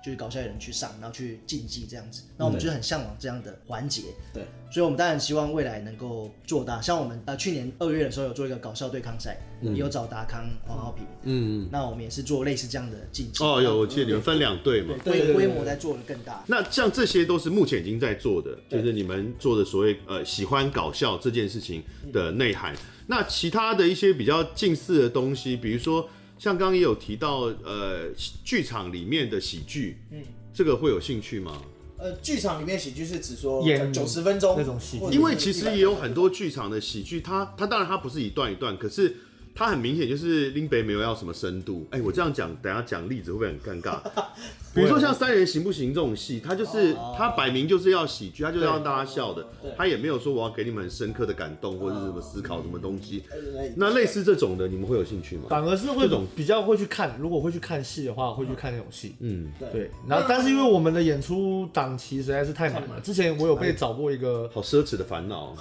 就是搞笑艺人去上，然后去竞技这样子。那我们就是很向往这样的环节，
对，
所以我们当然希望未来能够做大。像我们呃去年二月的时候有做一个搞笑对抗赛，
嗯
也有找达康、黄浩平，
嗯，
那我们也是做类似这样的竞技，
哦，有我记得你们分两队嘛。
对对对
规规模在做的更大。
那像这些都是目前已经在做的，
对
就是你们做的所谓呃喜欢搞笑这件事情的内涵。那其他的一些比较近似的东西，比如说像刚刚也有提到呃剧场里面的喜剧，嗯，这个会有兴趣吗？
呃，剧场里面喜剧是指说
演
九十分钟
那种戏剧
或者是
因为其实
100
也有很多剧场的喜剧，它它当然它不是一段一段，可是它很明显就是林北没有要什么深度。哎、我这样讲，等一下讲例子会不会很尴 尬？比如
啊
说像《三人行不行》这种戏，它就是它摆明就是要喜剧，它就是要让大家笑的
哦对，
它也没有说我要给你们很深刻的感动或者是什么思考什么东西。
分钟
那类似这种的，你们会有兴趣吗？
反而是
这
会
种
比较会去看，如果会去看戏的话，会去看那种戏。
嗯，
对，然后但是因为我们的演出档期实在是太满了，之前我有被找过一个，
好奢侈的烦恼哦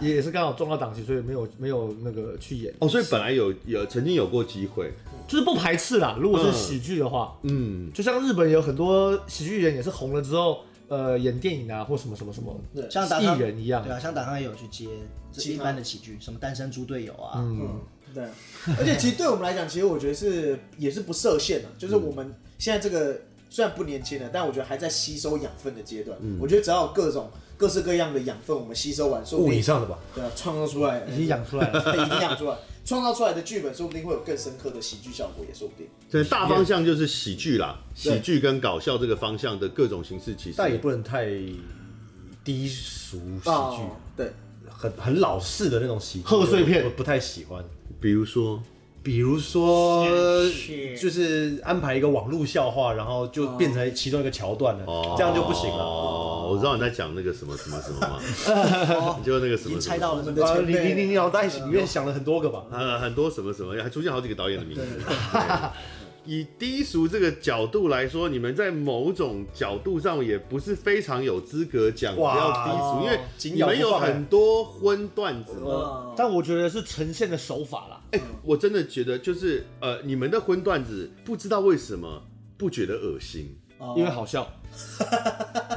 也是刚好撞到档期，所以没有没有那个去演，
哦。所以本来有有曾经有过机会，
就是不排斥啦。如果是喜剧的话，
嗯，
就像日本有很多喜剧人也是红了之后，呃，演电影啊或什么什么什么，
对
像达康
艺人一样
对啊，像达康也有去接
其
一
他
般的喜剧，什么单身猪队友啊，
嗯，对。而且其实对我们来讲，其实我觉得是也是不设限的，就是我们现在这个虽然不年轻了，但我觉得还在吸收养分的阶段。我觉得只要有各种各式各样的养分，我们吸收完，说不
物理
定
上的吧，
对啊，创造出来
已经养出来 了。
对已经养出来，创造出来的剧本，说不定会有更深刻的喜剧效果，也说不定。
所以大方向就是喜剧啦，
对
喜剧跟搞笑这个方向的各种形式，其实
但也不能太低俗喜剧，
哦对，
很很老式的那种喜剧，
贺岁片
我不太喜欢。
比如说，
比如说
是，
就是安排一个网络笑话，然后就变成其中一个桥段了，
哦，
这样就不行了。
哦，我知道你在讲那个什么什么什么嘛，
哦，
就那个什
已
么
经
什
猜
么，
到了是不是
啊，
前
你
辈
你你你脑袋里面想了很多个吧？
呃，很多什么什么，还出现好几个导演的名字。对以低俗这个角度来说，你们在某种角度上也不是非常有资格讲比
哇
较低俗，因为
紧
你
咬不
们有
放啊
很多荤段子。
哦
但我觉得是呈现的手法啦，
哎、我真的觉得就是呃，你们的荤段子不知道为什么不觉得恶心，
哦
因为好笑，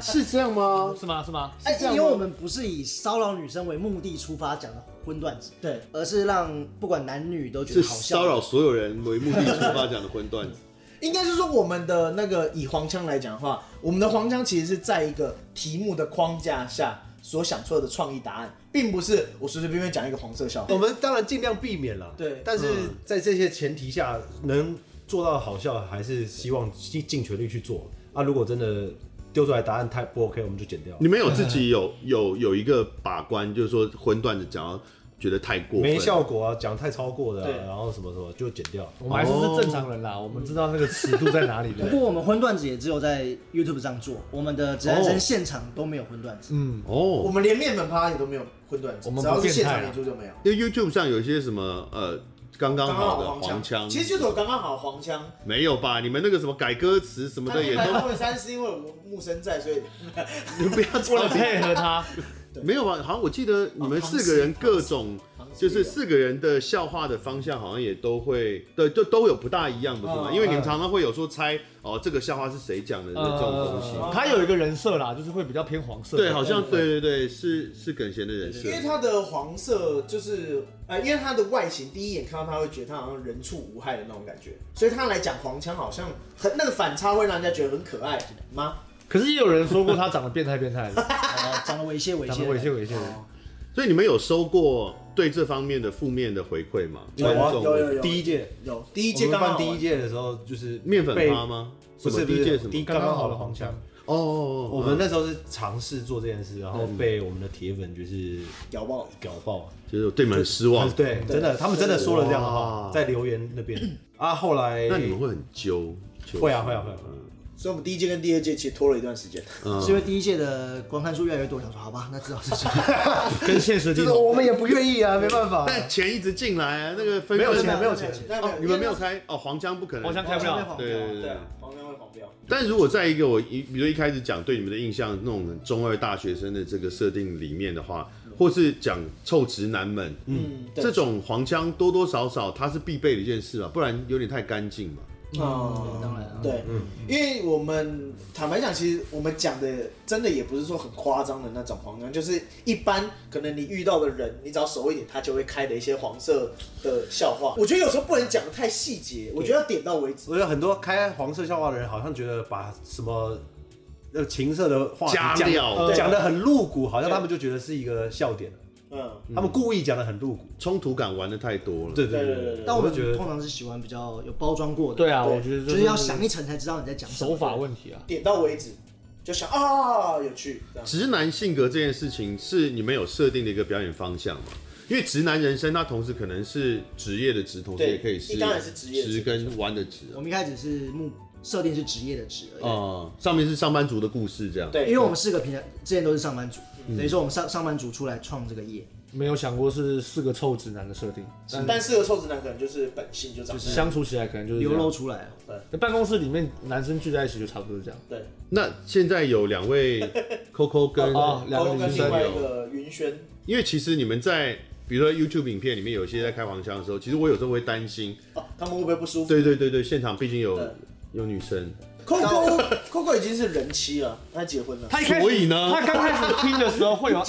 是这样吗？
是吗？是吗？
哎，因为我们不是以骚扰女生为目的出发讲的荤段子，
对，
而是让不管男女都觉
是
得好笑。
骚扰所有人为目的出发讲的荤段子。
应该是说我们的那个以黄腔来讲的话，我们的黄腔其实是在一个题目的框架下所想出来的创意答案，并不是我随随便便讲一个黄色笑话
我。们当然尽量避免了，
对嗯
但是在这些前提下，能做到好笑，还是希望尽尽全力去做。啊，如果真的丢出来答案太不 OK，我们就剪掉。
你们有自己有有有一个把关，就是说荤段子讲到觉得太过分，
没效果啊，讲太超过的、
对
啊，然后什么什么就剪掉。
我们还是是正常人啦，我们知道那个尺度在哪里
不
的。
过我们荤段子也只有在 YouTube 上做，我们的指南针现场都没有荤段子。
嗯，
我
哦。
们连面粉趴也都没有荤段子，
我们
只
不
要是现
变态啊
场演出就没有。
因为 YouTube 上有一些什么呃刚刚
刚
好的
好
黄
黄
腔，
腔，其实就是有刚刚好黄腔。
没有吧？你们那个什么改歌词什么
他
的 也都
问三是因为我木生在，所以
你们不要
为
吵，
了配合他，
没有吧？好像我记得你们四个人各种就是四个人的笑话的方向好像也都会对，就都有不大一样，不是吗？
嗯
因为你们常常会有说猜哦这个笑话是谁讲的
哦
这种东西，
他有一个人设啦，就是会比较偏黄色的。
对，好像对对对，是是耿贤的人设
因，为它的黄色就是呃，因为它的外形，第一眼看到它会觉得它好像人畜无害的那种感觉，所以它来讲黄腔好像很那个反差会让人家觉得很可爱吗？
可是也有人说过他长得变态变态的，
呃讲了猥亵猥
长
亵
得猥亵
人，
猥亵的。
所以你们有收过对这方面的负面的回馈吗？
有啊
观众
有有有
第一届，
有第一
第
届刚刚
办第一
届，
届的时候，就是
面粉
被
趴吗？
不
什
是
么
不
第一届
是
什么？
第刚刚好的黄腔。
哦哦，
我们那时候是尝试做这件事，然后
嗯
被我们的铁粉就是
屌爆！
屌爆。
就是对你们很失望。
对，真的，他们真的说了这样的
哦哇
话，在留言那边啊。后来
那你们会很揪？揪
会啊会啊会啊，
所以我们第一届跟第二届其实拖了一段时间。
嗯
是因为第一届的观看数越来越多，想说好吧，那至少是这样。
跟现实低
就是
头。
我们也不愿意啊，没办 法。
但钱一直进来啊，那个分
没有钱
分
没有钱
那
哦，你们没有猜哦，黄腔不可能。
黄腔开不
黄腔开
了
不，
对对对对
对
对
啊。，黄腔会黄标。
但如果在一个我一，比如一开始讲对你们的印象那种很中二大学生的这个设定里面的话，或是讲臭直男们，
嗯，
啊
对
这种黄腔多多少少它是必备的一件事吧，不然有点太干净嘛。
哦
嗯
对当然啊
对，因为我们坦白讲，其实我们讲的真的也不是说很夸张的那种黄腔，就是一般可能你遇到的人，你只要熟一点，他就会开的一些黄色的笑话。我觉得有时候不能讲的太细节，我觉得要点到为止。
我觉得很多开黄色笑话的人，好像觉得把什么呃情色的话题
加
讲
料
呃
对
讲的很露骨，好像
对
他们就觉得是一个笑点了
嗯，
他们故意讲的很露骨。
冲突感玩的太多了。
对
对对
对
对
对
对
对，
但我们
就觉
通
得
常是喜欢比较有包装过的，
对啊，
对
我觉得
就是要想一层才知道你在讲什
手
么。
法问题啊。
点到为止，就想啊，有趣这样。
直男性格这件事情是你们有设定的一个表演方向吗？因为直男人生，他同时可能是职业的职，同时
对
也可以是
一当然是职业的职
职跟弯的职
我们一开始是目设定是职业的职而已
啊、哦上面是上班族的故事这样。
对，
因为我们四个平常之前都是上班族，等于说我们上上班族出来创这个业，
没有想过是四个臭直男的设定，但
但是个臭直男可能就是本性就长这样。
相处起来可能就是这
流
样
露出来了。
那办公室里面男生聚在一起就差不多是这样。
对，
那现在有两 位 Coco 跟
哦两个
然后跟
女
另
生
外一个云轩，
因为其实你们在比如说 YouTube 影片里面有一些在开黄腔的时候，其实我有时候会担心，
哦，他们会不会不舒服
对对对对，现场毕竟有
对
有女生，
？Coco Coco 已经是人妻了，他结婚了。
他一开始
所以呢
他刚开始听的时候会有 啊，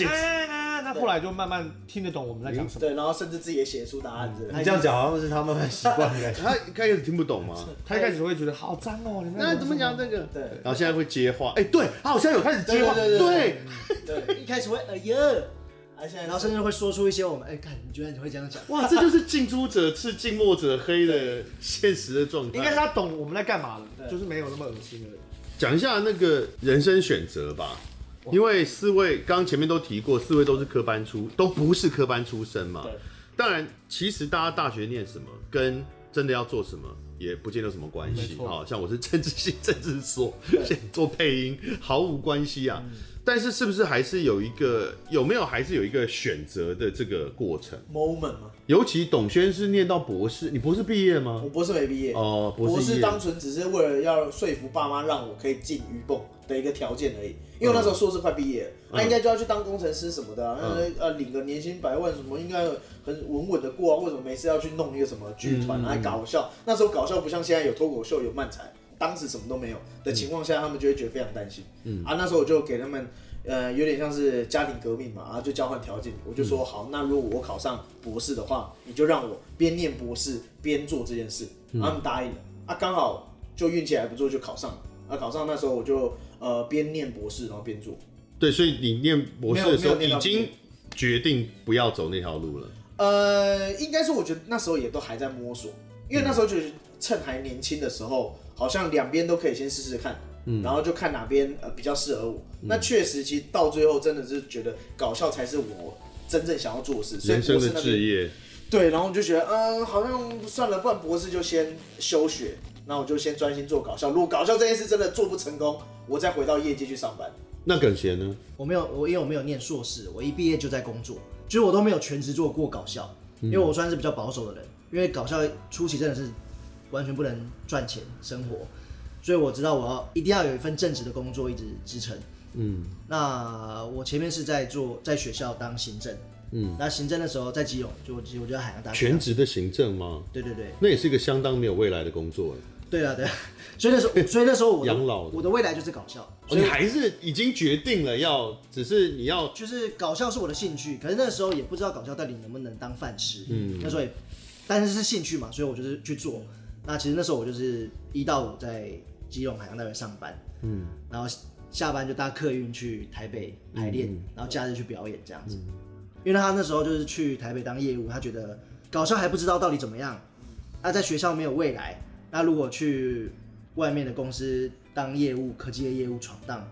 那后来就慢慢听得懂我们在讲什么。
对，然后甚至自己也写出答案之类的。
嗯你这样讲好像是他们很习惯的感觉。
他一开始听不懂 吗？
他一开始会觉得好脏哦，你们
那
在
怎么讲这个？
对
然后现在会接话，哎，对他好像有开始接话，
对对对对
对，
对，
一开始会哎呀，
啊，现在
然
然后
后
甚
甚
至
至会说出一些我们哎，看你居然会这样讲，
哇，这就是近朱者赤，近墨者黑的现实的状态。
应该是他懂我们在干嘛了，
对
就是没有那么恶心而已。
讲一下那个人生选择吧，因为四位刚前面都提过，四位都是科班出，都不是科班出身嘛
对。
当然，其实大家大学念什么跟真的要做什么也不见得有什么关
没
系。
错
好、像我是政治系政治所，现在做配音毫无关系啊。
嗯
但是是不是还是有一个有没有还是有一个选择的这个过程？
moment 嘛，
尤其董轩是念到博士，你博士毕业吗
我？博士没毕业，
哦，
欸博
士
士
毕业
单纯只是为了要说服爸妈让我可以进鱼泵的一个条件而已，因为我那时候硕士快毕业了，那、应该就要去当工程师什么的、啊，那呃领个年薪百万什么，应该很稳稳的过啊，为什么没事要去弄一个什么剧团来搞笑？那时候搞笑不像现在有脱口秀有漫才，当时什么都没有的情况下，他们就会觉得非常担心，啊，那时候我就给他们。呃，有点像是家庭革命嘛，然后就交换条件，我就说好，那如果我考上博士的话，你就让我边念博士边做这件事，然后他们答应了，啊，刚好就运气还不错，就考上了，啊，考上那时候我就呃边念博士，然后边做，
对，所以你念博士的时候
没有没有念
已
到
经决定不要走那条路了。
呃，应该说我觉得那时候也都还在摸索，因为那时候就是趁还年轻的时候，好像两边都可以先试试看，
嗯
然后就看哪边呃比较适合我。那确实，其实到最后真的是觉得搞笑才是我真正想要做的事，所以
人生
博士
的
那
置
边
业，
对，然后我就觉得嗯，好像算了，不然博士就先休学。那我就先专心做搞笑，如果搞笑这件事真的做不成功，我再回到业界去上班。
那耿贤呢？
哎
我没有，我因为我没有念硕士，我一毕业就在工作，就是我都没有全职做过搞笑，
嗯
因为我算是比较保守的人，因为搞笑初期真的是完全不能赚钱生活，所以我知道我要一定要有一份正职的工作一直支撑。嗯，那我前面是在做在学校当行政，嗯，那行政的时候在基隆，就我记我就在海洋大学
全
当，
职的行政吗？
对对对，
那也是一个相当没有未来的工作哎。
对啊对啊，所以那时候所以那时候我的
养老的
我的未来就是搞笑，
哦，你还是已经决定了要，只是你要
就是搞笑是我的兴趣，可是那时候也不知道搞笑到底能不能当饭吃。嗯，那时候也，但是是兴趣嘛，所以我就是去做。那其实那时候我就是一到五在基隆海洋大学上班，嗯，然后下班就搭客运去台北排练，然后假日去表演这样子。因为他那时候就是去台北当业务，他觉得搞笑还不知道到底怎么样，那在学校没有未来，那如果去外面的公司当业务，科技的业务闯荡，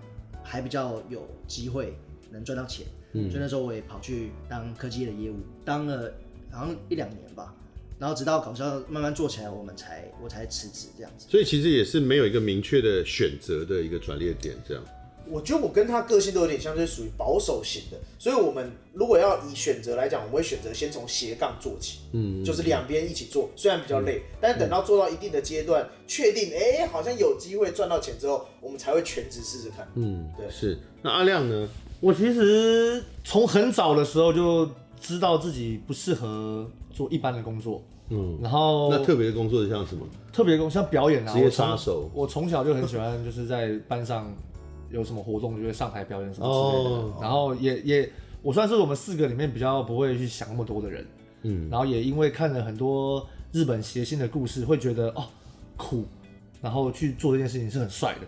还比较有机会能赚到钱。
嗯
所以那时候我也跑去当科技的业务，当了好像一两年吧，然后直到搞笑慢慢做起来，我们才我才辞职这样子。
所以其实也是没有一个明确的选择的一个转捩点，这样。
我觉得我跟他个性都有点像，就是属于保守型的，所以我们如果要以选择来讲，我们会选择先从斜杠做起，嗯，就是两边一起做，虽然比较累，但是等到做到一定的阶段，确定哎、诶好像有机会赚到钱之后，我们才会全职试试看，嗯，对，
是。那阿亮呢？
我其实从很早的时候就知道自己不适合做一般的工作，
嗯，
然后
哦
那特别的工作像什么？
特别工像表演啊，
职业
我从
杀手
我从小就很喜欢，就是在班上有什么活动就会上台表演什么之类的。
哦
然后也也，我算是我们四个里面比较不会去想那么多的人。
嗯，
然后也因为看了很多日本谐星的故事，会觉得哦苦，然后去做这件事情是很帅的。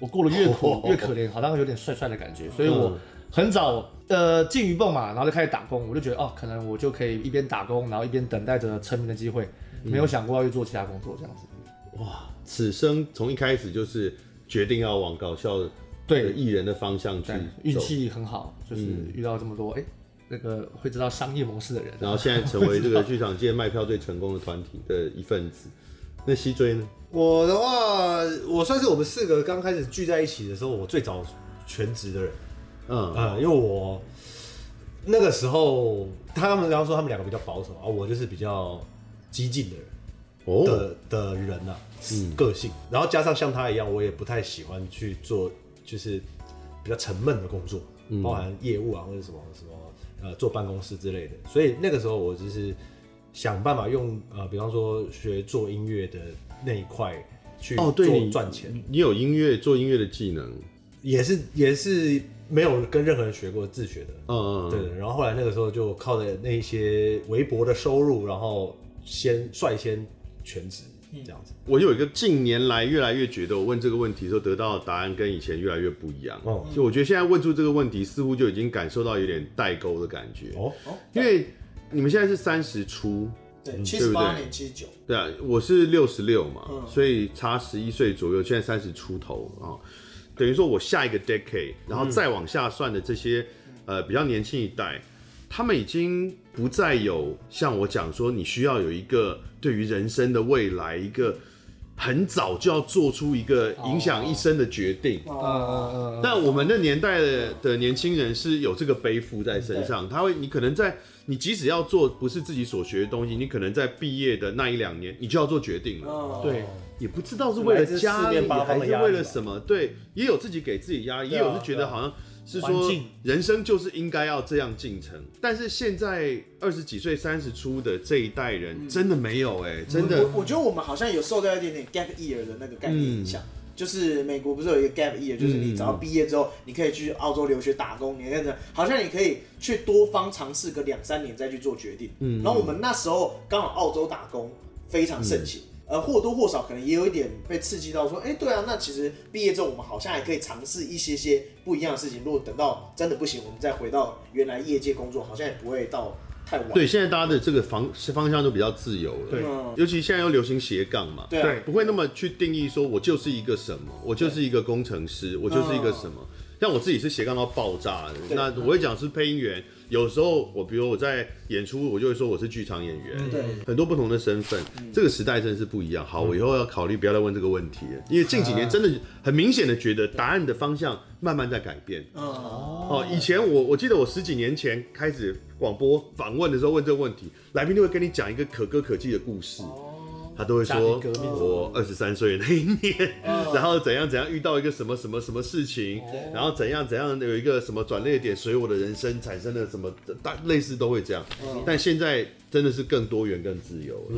我过得越苦 越可怜，好像有点帅帅的感觉，所以我很早呃进鱼蹦嘛，然后就开始打工，我就觉得哦，可能我就可以一边打工，然后一边等待着成名的机会，
嗯
没有想过要去做其他工作这样子。
此生从一开始就是决定要往搞笑的
对
艺人的方向去
对
走，，
运气很好，就是
嗯
遇到这么多哎、那个会知道商业模式的人。啊
然后现在成为这个剧场界卖票最成功的团体的一份子。那西追呢？
我的话，我算是我们四个刚开始聚在一起的时候，我最早全职的人
嗯，
啊、因为我那个时候他们刚说他们两个比较保守啊，我就是比较激进的人
哦，嗯
的的人呐、个性，然后加上像他一样，我也不太喜欢去做就是比较沉闷的工作，
嗯
包含业务啊或者什么什么呃坐办公室之类的，所以那个时候我就是想办法用呃，比方说学做音乐的那一块去
哦
做
对你
赚钱，
你有音乐做音乐的技能，
也是也是没有跟任何人学过自学的，
嗯，
对，然后后来那个时候就靠着那些微薄的收入，然后先率先全职这样子。
我有一个近年来越来越觉得，我问这个问题的时候得到的答案跟以前越来越不一样。
哦
就我觉得现在问出这个问题，似乎就已经感受到有点代沟的感觉。
哦，
因为你们现在是三十出，
嗯对，七十
对
八
不对
年七十九，
对啊，我是六十六嘛，
嗯
所以差十一岁左右，现在三十出头啊、等于说我下一个
嗯
decade，然后再往下算的这些、呃比较年轻一代，他们已经不再有像我讲说，你需要有一个对于人生的未来一个很早就要做出一个
哦
影响一生的决定。
呃呃
但我们的年代的的年轻人是有这个背负在身上，他会，你可能在你即使要做不是自己所学的东西，你可能在毕业的那一两年，你就要做决定了，
哦，
对，
也不知道是为了家
来自四
里
面八
还
方
是
的压力吧啊
为了什么，对，也有自己给自己压力，也
对啊
有是觉得好像是
环
说
境
人生就是应该要这样进程，但是现在二十几岁、三十出的这一代人真的没有
嗯
哎，真的
嗯我我觉得我们好像有受到一点点 gap year 的那个概念影响。
嗯
就是美国不是有一个 gap year，就是你只要毕业之后，你可以去澳洲留学打工，你那个好像你可以去多方尝试个两三年再去做决定。嗯，然后我们那时候刚好澳洲打工非常盛
嗯
行，呃，或多或少可能也有一点被刺激到，说，哎，对啊，那其实毕业之后我们好像还可以尝试一些些不一样的事情。如果等到真的不行，我们再回到原来业界工作，好像也不会到太晚。
对，现在大家的这个方方向都比较自由了，
对
嗯，
尤其现在又流行斜杠嘛，
对啊，
对
不会那么去定义说我就是一个什么，我就是一个工程师，我就是一个什么。像我自己是斜杠到爆炸的，
嗯对
那我会讲是配音员。有时候我比如我在演出，我就会说我是剧场演员，
嗯对，嗯
很多不同的身份。这个时代真的是不一样。好，我以后要考虑不要再问这个问题了，因为近几
啊
年真的很明显的觉得答案的方向慢慢在改变。
嗯，
哦，以前我我记得我十几年前开始广播访问的时候问这个问题，来宾就会跟你讲一个可歌可泣的故事，他都会
哦家庭
说
革命嗯
我二十三岁的那一年，然后怎样怎样遇到一个什么什么什么事情，
哦
然后怎样怎样有一个什么转捩点，所以我的人生产生了什么大类似都会这样，
嗯
但现在真的是更多元更自由了，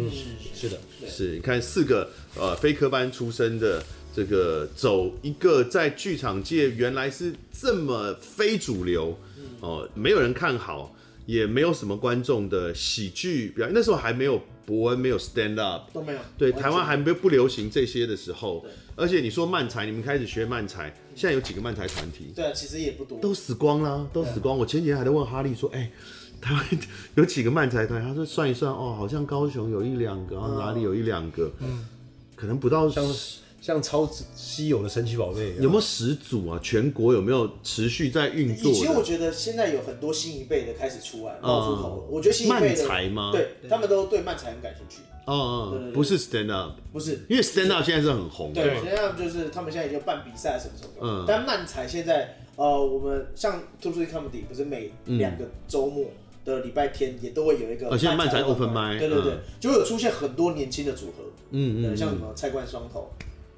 是的，
是，你看四个呃非科班出身的这个走一个在剧场界原来是这么非主流哦、没有人看好，也没有什么观众的喜剧表演，那时候还没有伯恩，没有 stand up，
都没有。
对，
完全
台湾还不不流行这些的时候，而且你说漫才，你们开始学漫才，现在有几个漫才团体？
对啊，其实也不多。
都死光啦，都死光。我前几天还在问哈利说，哎、台湾有几个漫才团？他说算一算，哦，好像高雄有一两个，然后哪里有一两个，可能不到
像像超稀有的神奇宝贝一样，
有没有十组啊？全国有没有持续在运作
以前我
的？哦嗯
觉得现在有很多新一辈的开始出来冒出头了，我觉得新一辈
漫
的
才吗
对他们都对漫才很感兴趣，
哦
对对
嗯，
对
不是 stand up，
不是
因为 stand up 现在是很红啊的。
对，现在就是他们现在已经办比赛什么什么的，
嗯
但漫才现在呃，我们像 Two Three Comedy 不是每两个周末。的礼拜天也都会有一个，
哦现在漫才 open mic，
对对对
嗯，
就会有出现很多年轻的组合，
嗯
对
嗯
像什么菜冠双头，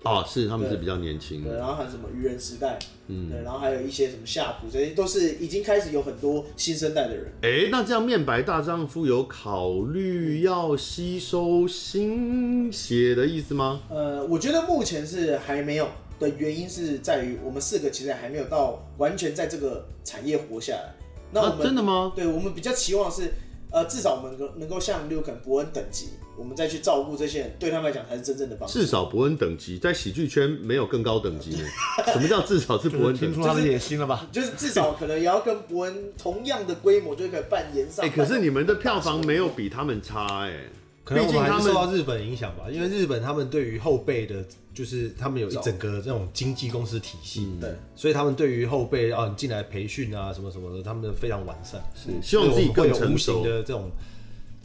哦，是他们是比较年轻
对，啊
的，
然后还有什么愚人时代，嗯，对，然后还有一些什么夏普，这些都是已经开始有很多新生代的人。
哎，那这样面白大丈夫有考虑要吸收新血的意思吗？
呃，我觉得目前是还没有的原因是在于我们四个其实还没有到完全在这个产业活下来。那我
啊
们、
真的吗？
对我们比较期望是，呃，至少我们能能够像六肯伯恩等级，我们再去照顾这些人，对他们来讲才是真正的帮助。
至少伯恩等级在喜剧圈没有更高等级呢。什么叫至少是伯
我
恩
听
等
出
级？
他的野心了吧？
就是至少可能也要跟伯恩同样的规模，就可以扮演上。
哎、可是你们的票房没有比他们差哎、
可能
毕
我
竟
们还
他
是
们
受到日本影响吧，因为日本他们对于后辈的，就是他们有一整个这种经纪公司体系，
对，
所以他们嗯对于后辈啊，你进来培训啊，什么什么的，他们的非常完善，是
希望自己更成
无形
熟。
的这种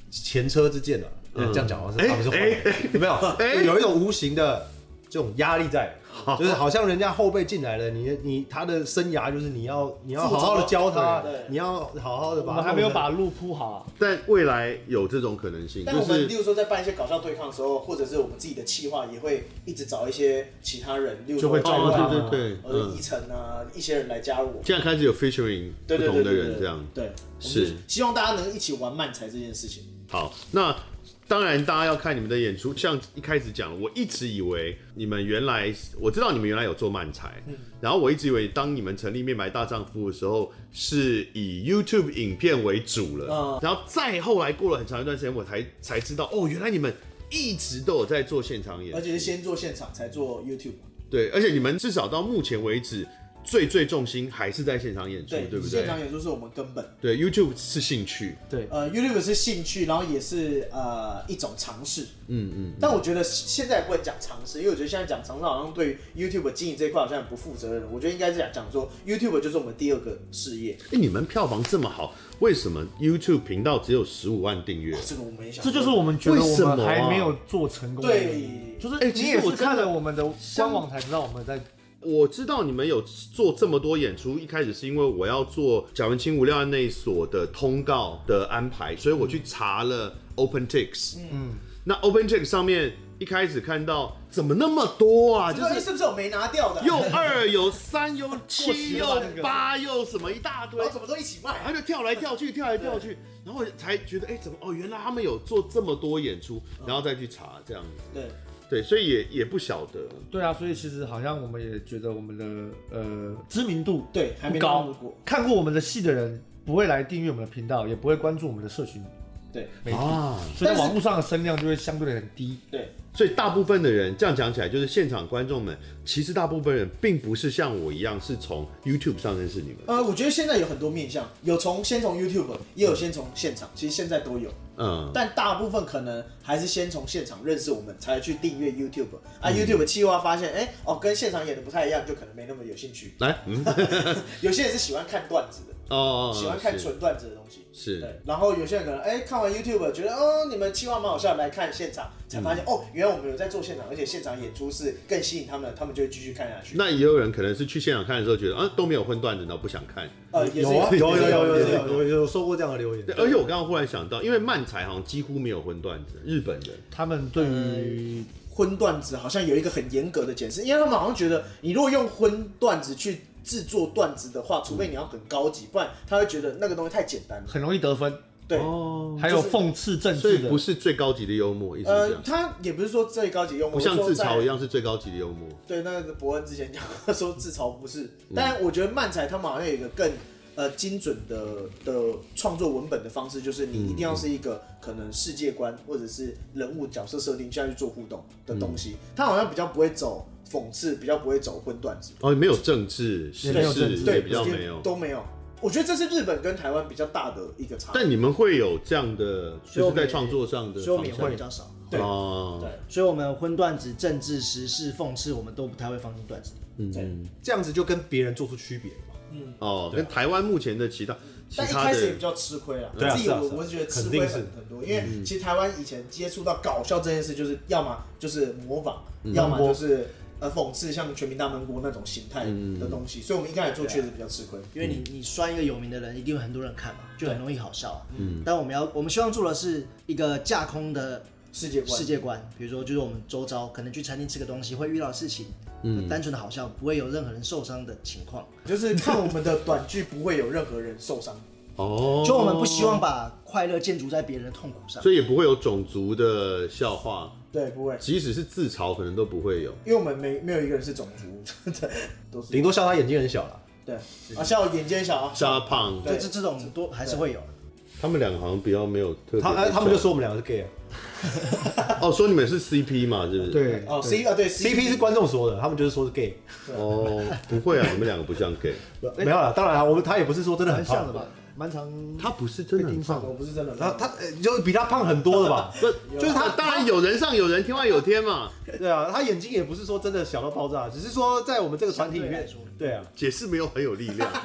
前车之鉴啊。呃这样讲好像是他们是坏人有 没
哎
有？有一种无形的这种压力在，就是好像人家后辈进来了，你你他的生涯就是你要你要好好的教他
对对，
你要好好的
我
把他
们还没有
弄成
把路铺好啊。
但未来有这种可能性，
但我
就
们例
是
如说在办一些搞笑对抗的时候，或者是我们自己的企划，也会一直找一些其他人，例如
就会照顾
照
他
哦，对对对，
呃，
嗯
一，晨啊，一些人来加入我们。
现在开始有 featuring 不
对对
同
对
的
对
人
对，
这样。
对，
是
我们就希望大家能一起玩漫才这件事情。
好，那当然大家要看你们的演出。像一开始讲，我一直以为你们原来我知道你们原来有做漫才，
嗯
然后我一直以为当你们成立面白大丈夫的时候，是以 YouTube 影片为主了。
嗯
然后再后来过了很长一段时间，我才才知道哦，原来你们一直都有在做现场演出，
而且是先做现场，才做 YouTube。
对，而且你们至少到目前为止。最最重心还是在现场演出，对不
现
对？
场演出是我们根本。
对，YouTube 是兴趣，
对，
呃，YouTube 是兴趣，然后也是呃一种尝试。
嗯嗯，
但我觉得现在也不能讲尝试，因为我觉得现在讲尝试好像对于 YouTube 经营这一块好像很不负责任。我觉得应该是讲讲说 YouTube 就是我们第二个事业。
哎、你们票房这么好，为什么 YouTube 频道只有十五万订阅
哇？这个我们也想，
这就是我们觉得
为什
我
么
们
啊
还没有做成功的原因。
对
就是
哎
你
其实
也
我
是
真的
看了我们的官网才知道我们在
我知道你们有做这么多演出，一开始是因为我要做贾文清无料案内所的通告的安排，所以我去查了 OpenTix。嗯，那 OpenTix 上面一开始看到怎么那么多啊，就
就是
是
是不是我没拿掉的？
又二有三有七
十
又
万个
八又什么一大堆
然，后怎么都一起卖。
他就跳来跳去，跳来跳去，然后我才觉得哎、怎么哦，原来他们有做这么多演出，然后再去查这样子。
对，
对，所以也也不晓得。
对啊，所以其实好像我们也觉得我们的呃知名度
对还没
不
那么
高
过，
看过我们的戏的人不会来订阅我们的频道，也不会关注我们的社群
对
媒体，
啊，
所以
但是
在网络上的声量就会相对的很低。
对，
所以大部分的人这样讲起来，就是现场观众们，其实大部分人并不是像我一样是从 YouTube 上认识你们。
呃，我觉得现在有很多面向，有从先从 YouTube，也有先从现场，其实现在都有，
嗯，
但大部分可能还是先从现场认识我们，才去订阅 YouTube。啊、
嗯
y o u t u b e 计划发现，哎、哦，跟现场演的不太一样，就可能没那么有兴趣。
来，嗯，
有些人是喜欢看段子的，
哦哦，哦
喜欢看
是
纯段子的东西。
是
对，然后有些人可能哎、看完 YouTube 觉得哦你们计划蛮好笑，来看现场才发
嗯
现、哦原来我们有在做现场，而且现场演出是更吸引他们的，他们就会继续看下去。
那也有人可能是去现场看的时候觉得啊都没有混段子，然后不想看。
呃也是
有啊 有有有有
也
有啊
是
有有有收过这样的留言
对，，而且我刚刚忽然想到，因为漫才好像几乎没有混段子，日本人。
他们对于
荤段子好像有一个很严格的检视，因为他们好像觉得你如果用荤段子去制作段子的话，除非你要很高级，不然他会觉得那个东西太简单了。
很容易得分，
对，
哦，
还有讽刺政
所
治
以
的
不，是最高级的幽默，意思是这
呃，
样，
他也不是说最高级用，
不像
我说
自
在
嘲一。样是最高级的幽默。
对，那个伯恩之前讲过说自嘲不是，
嗯
但我觉得漫才他们好像有一个更呃精准的的创作文本的方式，就是你一定要是一个可能世界观或者是人物角色设定下去做互动的东
嗯
西，他好像比较不会走讽刺，比较不会走混段子。
哦，没有政治，时
也没有政
事
治
也
对，
比较
直接
没有。
都没有。我觉得这是日本跟台湾比较大的一个差，
但你们会有这样的，
以
就
我
是
们也
在创作上的
所以我们也
方向
会比较少。
对
哦，
对
所以，我们荤段子、政治、时事、讽刺，我们都不太会放进段子里。
对，
这样子就跟别人做出区别了嘛。
哦，跟台湾目前的其他其
但一
他
开始也比
的，
较吃亏了。
对啊
自己
是啊
我
是啊
我是觉得吃
肯
亏
定
很
是
很多，因为其实台湾以前接触到搞笑这件事，就是要么就是模仿，要么就是呃讽刺，像全民大闷锅那种形态的东西，所以我们一开始做确实比较吃亏。
因为
嗯
你你酸一个有名的人，一定有很多人看嘛，就很容易好笑啊。嗯，但我们要我们希望做的是一个架空的
世界观
世界观，比如说就是我们周遭可能去餐厅吃个东西会遇到的事情，嗯，单纯的好笑，不会有任何人受伤的情况。
就是看我们的短剧不会有任何人受伤，
哦，
就我们不希望把快乐建筑在别人的痛苦上。
所以也不会有种族的笑话，
对，不会，
即使是自嘲，可能都不会有。
因为我们没没有一个人是种族， 对，都是
顶多笑他眼睛很小啦。
对啊，像我眼睛小啊，
像他胖，
对
这这这种多还是会有，
他们两个好像比较没有特别。
他哎，他们就说我们两个是 gay 啊
哦，说你们是 CP 嘛，是不是？。
对，
哦
对
，C 啊，对
，CP 是观众说的，他们就是说是 gay，
哦，不会啊，你们两个不像 gay，
没有啦，当然啊，我们他也不是说真的很
蛮像
胖
的，吧，蛮常
他不是真的很胖。，
我不是真的，
然后他呃就比他胖很多的吧
不，就是他当然有人上有人，天外有天嘛，
对啊，他眼睛也不是说真的小到爆炸，只是说在我们这个团体里
相对
面
来说，
对啊，
解释没有很有力量。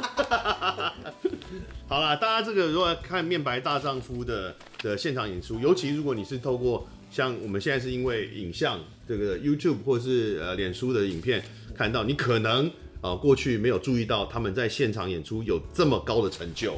好啦，大家这个如果要看《面白大丈夫的》的现场演出，尤其如果你是透过像我们现在是因为影像这个 YouTube 或是呃脸书的影片看到，你可能啊、呃过去没有注意到他们在现场演出有这么高的成就。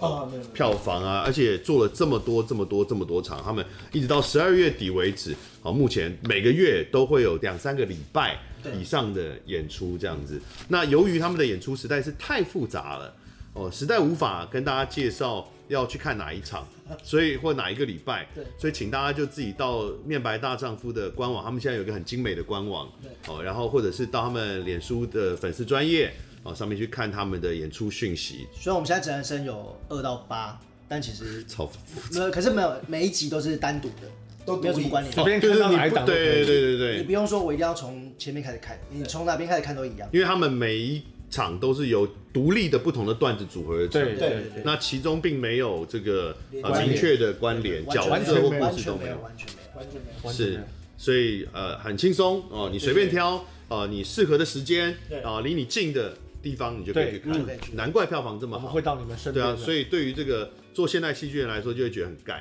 啊，没有，
票房啊，而且做了这么多、这么多、这么多场，他们一直到十二月底为止，好，目前每个月都会有两三个礼拜以上的演出这样子。那由于他们的演出实在是太复杂了，哦，实在无法跟大家介绍要去看哪一场， 所以或哪一个礼拜，所以请大家就自己到面白大丈夫的官网，他们现在有一个很精美的官网，哦，然后或者是到他们脸书的粉丝专业。哦，上面去看他们的演出讯息，
虽然我们现在指南生有二到八，但其 实
超
没有，可是没有每一集都是单独的，
都
没有什么关联。
随便
就
看
是
到
你
哪一档
不
都可
对对
以，
对对
你
对，
不用说，我一定要从前面开始看，你从哪边开始看都一样。
因为他们每一场都是由独立的不同的段子组合而成，
对对对，
那其中并没有这个呃
关联
明确的关联，角
完
色
全
或
没有，
故
完
事都
全
没
没有，
有，
完全没有。
完全没有。
完全没
是
有，
所以呃很轻松哦，你随便挑呃你适合的时间
对
啊离你近的地方你就可以去看
对，嗯
难怪票房这么
我们
好
会，到你们身
对
边
啊，
的。
所以对于这个做现代戏剧人来说就会觉得很干，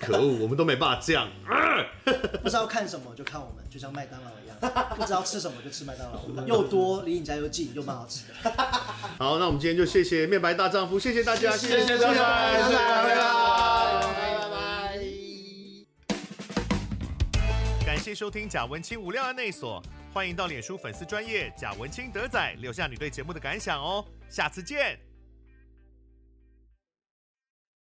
可恶，我们都没办法这样，
不知道看什么就看我们，就像麦当劳一 样，不知道吃什么就吃麦当 劳，又多离你家又近，又蛮好吃的。
好，那我们今天就谢谢面白大丈夫，谢谢大家，谢谢大家，谢谢大家，拜拜。感谢收听贾文清无料案内所，欢迎到脸书粉丝专业贾文清德仔留下你对节目的感想哦，下次见。